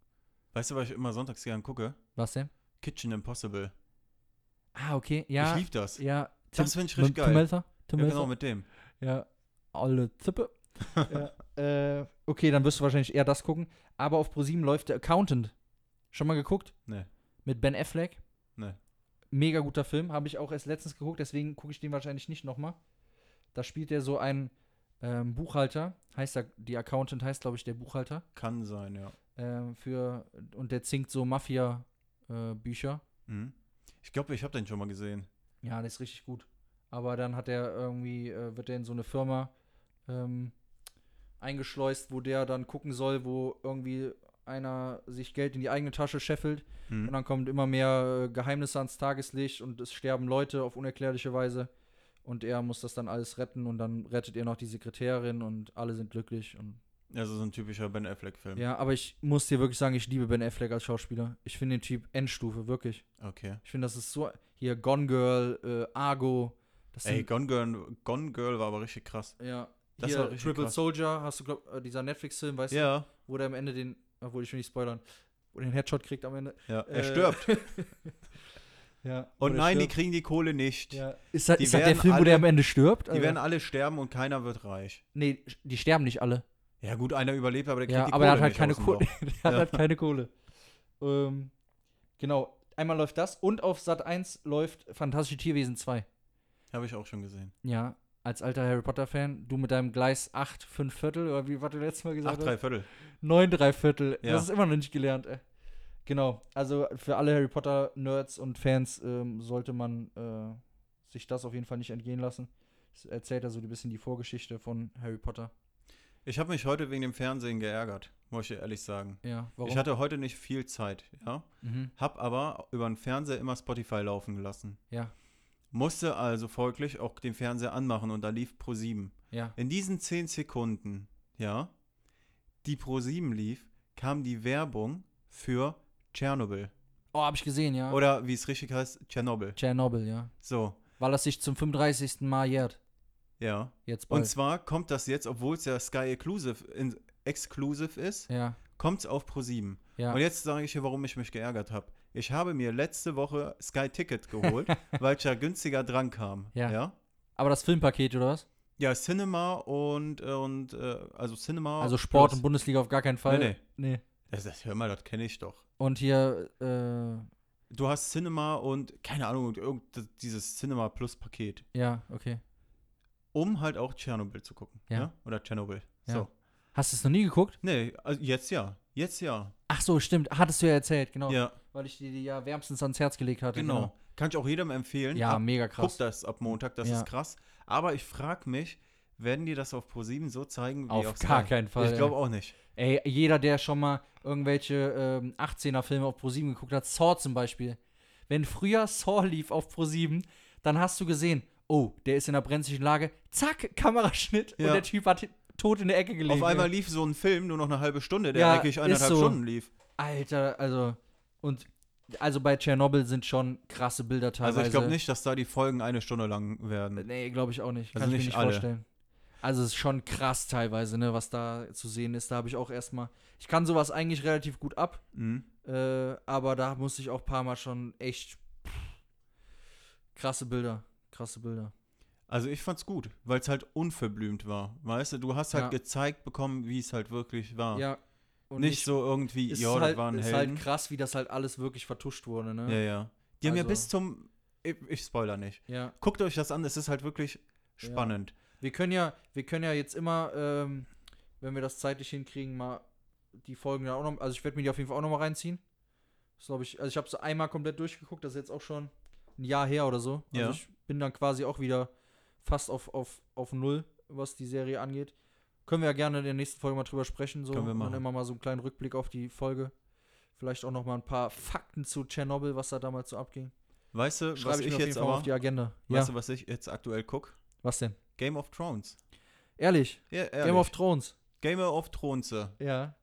Weißt du, was ich immer sonntags gerne gucke? Was denn? Kitchen Impossible. Ah, okay, ja. Ich lieb das. Ja, ja, Das find ich richtig Tim geil. Melzer? Tim Melzer? genau mit dem. Ja, alle Zippe. ja, äh, okay, dann wirst du wahrscheinlich eher das gucken. Aber auf ProSieben läuft der Accountant. Schon mal geguckt? Nee. Mit Ben Affleck? Nee. Mega guter Film. Habe ich auch erst letztens geguckt, deswegen gucke ich den wahrscheinlich nicht nochmal. Da spielt er so einen ähm, Buchhalter. Heißt er, die Accountant heißt, glaube ich, der Buchhalter. Kann sein, ja. Ähm, für, und der zinkt so Mafia-Bücher. Äh, Mhm. Ich glaube, ich habe den schon mal gesehen. Ja, der ist richtig gut. Aber dann hat er irgendwie, äh, wird er in so eine Firma ähm, eingeschleust, wo der dann gucken soll, wo irgendwie einer sich Geld in die eigene Tasche scheffelt. Mhm. Und dann kommen immer mehr äh, Geheimnisse ans Tageslicht und es sterben Leute auf unerklärliche Weise. Und er muss das dann alles retten und dann rettet er noch die Sekretärin und alle sind glücklich. Und Also so ein typischer Ben Affleck-Film. ja, aber ich muss dir wirklich sagen, ich liebe Ben Affleck als Schauspieler. Ich finde den Typ Endstufe, wirklich. Okay. Ich finde, das ist so. Hier Gone Girl, äh, Argo. Das Ey, sind- Gone Girl, Gone Girl war aber richtig krass. Ja. Das Hier, war richtig Triple krass. Soldier, hast du, glaub, äh, dieser Netflix-Film, weißt Ja, du, wo der am Ende den, obwohl ich will nicht spoilern, wo der den Headshot kriegt am Ende. ja. Er Äh, stirbt. Ja. Und nein, die kriegen die Kohle nicht. Ja. Ist das, Die ist das der werden Film, wo der alle- am Ende stirbt? Die werden alle sterben und keiner wird reich. nee, die sterben nicht alle. Ja, gut, einer überlebt, aber der kriegt Ja, die aber er hat halt nicht keine aus dem Kohle. Loch. er hat Ja. halt keine Kohle. Ähm, genau. Einmal läuft das und auf Sat 1 läuft Fantastische Tierwesen 2. Habe ich auch schon gesehen. Ja, als alter Harry Potter-Fan, du mit deinem Gleis 8, 5 Viertel oder wie was du letztes Mal gesagt Acht, hast. drei Viertel. Neun Dreiviertel. Ja. Das ist immer noch nicht gelernt, ey. Genau. Also für alle Harry Potter-Nerds und Fans ähm, sollte man äh, sich das auf jeden Fall nicht entgehen lassen. Es erzählt also ein bisschen die Vorgeschichte von Harry Potter. Ich habe mich heute wegen dem Fernsehen geärgert, muss ich ehrlich sagen. Ja, warum? Ich hatte heute nicht viel Zeit, ja. mhm. Hab aber über den Fernseher immer Spotify laufen gelassen. Ja, Musste also folglich auch den Fernseher anmachen und da lief Pro7. ja. In diesen 10 Sekunden, ja, die Pro7 lief, kam die Werbung für Tschernobyl. Oh, hab ich gesehen, ja. Oder wie es richtig heißt, Tschernobyl. Tschernobyl, ja. So, Weil das sich zum 35. Mal jährt. ja. Jetzt bald. Und zwar kommt das jetzt, obwohl es ja Sky Exclusive, in, exclusive ist, ja, kommt es auf Pro7. ja. Und jetzt sage ich dir, warum ich mich geärgert habe. Ich habe mir letzte Woche Sky Ticket geholt, weil ich ja günstiger dran kam. Ja. ja? Aber das Filmpaket, oder was? Ja, Cinema und, äh, und äh, also Cinema. also Sport und plus. Bundesliga auf gar keinen Fall. Nee, nee. Das, das, hör mal, das kenne ich doch. Und hier, äh, Du hast Cinema und, keine Ahnung, und irgend das- dieses Cinema Plus Paket, ja, okay. um halt auch Tschernobyl zu gucken. Ja. Ja. Oder Tschernobyl. Ja. So. Hast du es noch nie geguckt? Nee, also jetzt ja. Jetzt ja. Ach so, stimmt. Hattest du ja erzählt, genau. Ja, Weil ich dir die ja wärmstens ans Herz gelegt hatte. genau. Kann ich auch jedem empfehlen. Ja, ab, mega Guck krass. das ab Montag, das Ja. ist krass. Aber ich frage mich, werden die das auf ProSieben so zeigen wie Auf Sky? gar keinen Fall, Ich glaube auch nicht. Ey, jeder, der schon mal irgendwelche ähm, 18er-Filme auf Pro7 geguckt hat, Saw zum Beispiel. Wenn früher Saw lief auf Pro7, dann hast du gesehen, oh, der ist in einer brenzlichen Lage, zack, Kameraschnitt und Ja. der Typ hat tot in der Ecke gelegen. Auf einmal ey. lief so ein Film nur noch eine halbe Stunde, der Ja, eigentlich ist eineinhalb so. Stunden lief. Alter, also, und, also bei Tschernobyl sind schon krasse Bilder teilweise. Also ich glaube nicht, dass da die Folgen eine Stunde lang werden. Nee, glaube ich auch nicht. Also Kann ich mir nicht nicht alle. vorstellen. Also es ist schon krass teilweise, ne, was da zu sehen ist. Da habe ich auch erstmal. Ich kann sowas eigentlich relativ gut ab, Mhm. äh, aber da musste ich auch ein paar Mal schon echt pff, krasse Bilder. Krasse Bilder. Also ich fand's gut, weil es halt unverblümt war. Weißt du, du hast halt Ja. gezeigt bekommen, wie es halt wirklich war. Ja. Und nicht ich- so irgendwie, ist ja, das halt, waren ist Helden. halt krass, wie das halt alles wirklich vertuscht wurde, ne? ja, ja. Die haben ja Also- bis zum ich, ich spoiler nicht. Ja. Guckt euch das an, es ist halt wirklich Ja. spannend. Wir können ja, wir können ja jetzt immer, ähm, wenn wir das zeitlich hinkriegen, mal die Folgen da auch noch. Also ich werde mir die auf jeden Fall auch noch mal reinziehen. Das glaube ich. Also ich habe es einmal komplett durchgeguckt. Das ist jetzt auch schon ein Jahr her oder so. Also Ja. ich bin dann quasi auch wieder fast auf, auf, auf null, was die Serie angeht. Können wir ja gerne in der nächsten Folge mal drüber sprechen. So Können wir Und machen. immer mal so einen kleinen Rückblick auf die Folge. Vielleicht auch noch mal ein paar Fakten zu Tschernobyl, was da damals so abging. Weißt du, was Schreibe ich, ich mir auf jeden jetzt Fall mal aber, auf die Agenda. Ja. weißt du, was ich jetzt aktuell guck? Was denn? Game of Thrones. Ehrlich? Ja, Game of ehrlich. Thrones. Game of Thrones. Ja.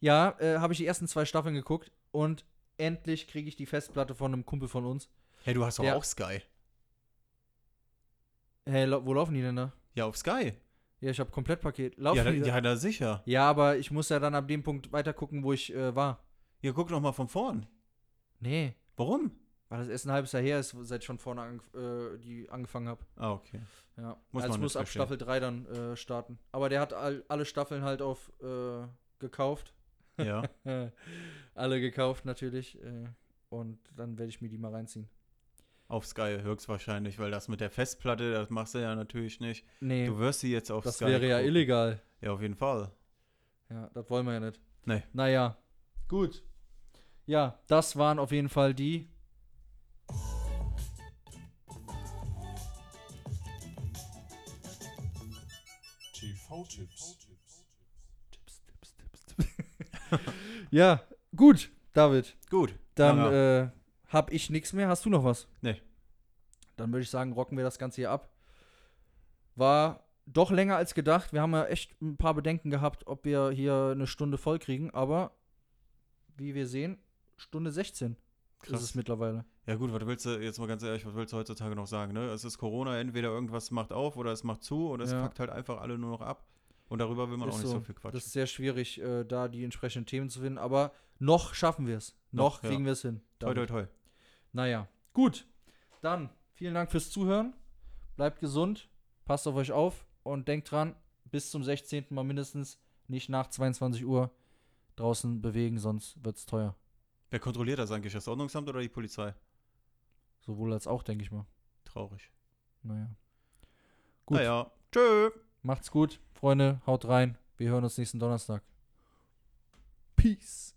Ja, äh, habe ich die ersten zwei Staffeln geguckt und endlich kriege ich die Festplatte von einem Kumpel von uns. Hey, du hast doch Ja. auch Sky. Hey, lau- wo laufen die denn da? Ja, auf Sky. Ja, ich habe Komplettpaket. Laufen Ja da, die da? Ja. ja, da sicher. aber ich muss ja dann ab dem Punkt weiter gucken, wo ich äh, war. Ja, guck noch mal von vorn. Nee, Warum? weil das erst ein halbes Jahr her ist, seit ich von vorne angef- äh, die angefangen habe. Ah, okay. Ja. Muss also man ich muss nicht ab verstehen. Staffel 3 dann äh, starten. Aber der hat all, alle Staffeln halt auf äh, gekauft. Ja. Äh, alle gekauft natürlich. Äh, und dann werde ich mir die mal reinziehen. Auf Sky höchstwahrscheinlich, weil das mit der Festplatte, das machst du ja natürlich nicht. Nee. Du wirst sie jetzt auf Das Sky. wäre ja gucken. illegal. Ja, auf jeden Fall. Ja, das wollen wir ja nicht. Nee. Naja. Gut. Ja, das waren auf jeden Fall die. TV-Tipps. Ja, gut, David. Gut. Dann Langer. äh, hab ich nichts mehr. Hast du noch was? Nee. Dann würde ich sagen, rocken wir das Ganze hier ab. War doch länger als gedacht. Wir haben ja echt ein paar Bedenken gehabt, ob wir hier eine Stunde voll kriegen. Aber wie wir sehen, Stunde 16 Krass. ist es mittlerweile. ja gut, was willst du, jetzt mal ganz ehrlich, was willst du heutzutage noch sagen? Ne? Es ist Corona, entweder irgendwas macht auf oder es macht zu oder es Ja. packt halt einfach alle nur noch ab. Und darüber will man Ist auch nicht so, so. viel Das quatschen. ist sehr schwierig, äh, da die entsprechenden Themen zu finden, aber noch schaffen wir es. Noch, Noch, ja. kriegen wir es hin. Toi, toi, Damit. toi. Naja, gut. Dann vielen Dank fürs Zuhören. Bleibt gesund, passt auf euch auf und denkt dran, bis zum 16. mal mindestens nicht nach 22 Uhr draußen bewegen, sonst wird es teuer. Wer kontrolliert das eigentlich? Das Ordnungsamt oder die Polizei? Sowohl als auch, denke ich mal. Traurig. Naja. Gut. Gut. Naja. Tschö. Macht's gut, Freunde. Haut rein. Wir hören uns nächsten Donnerstag. Peace.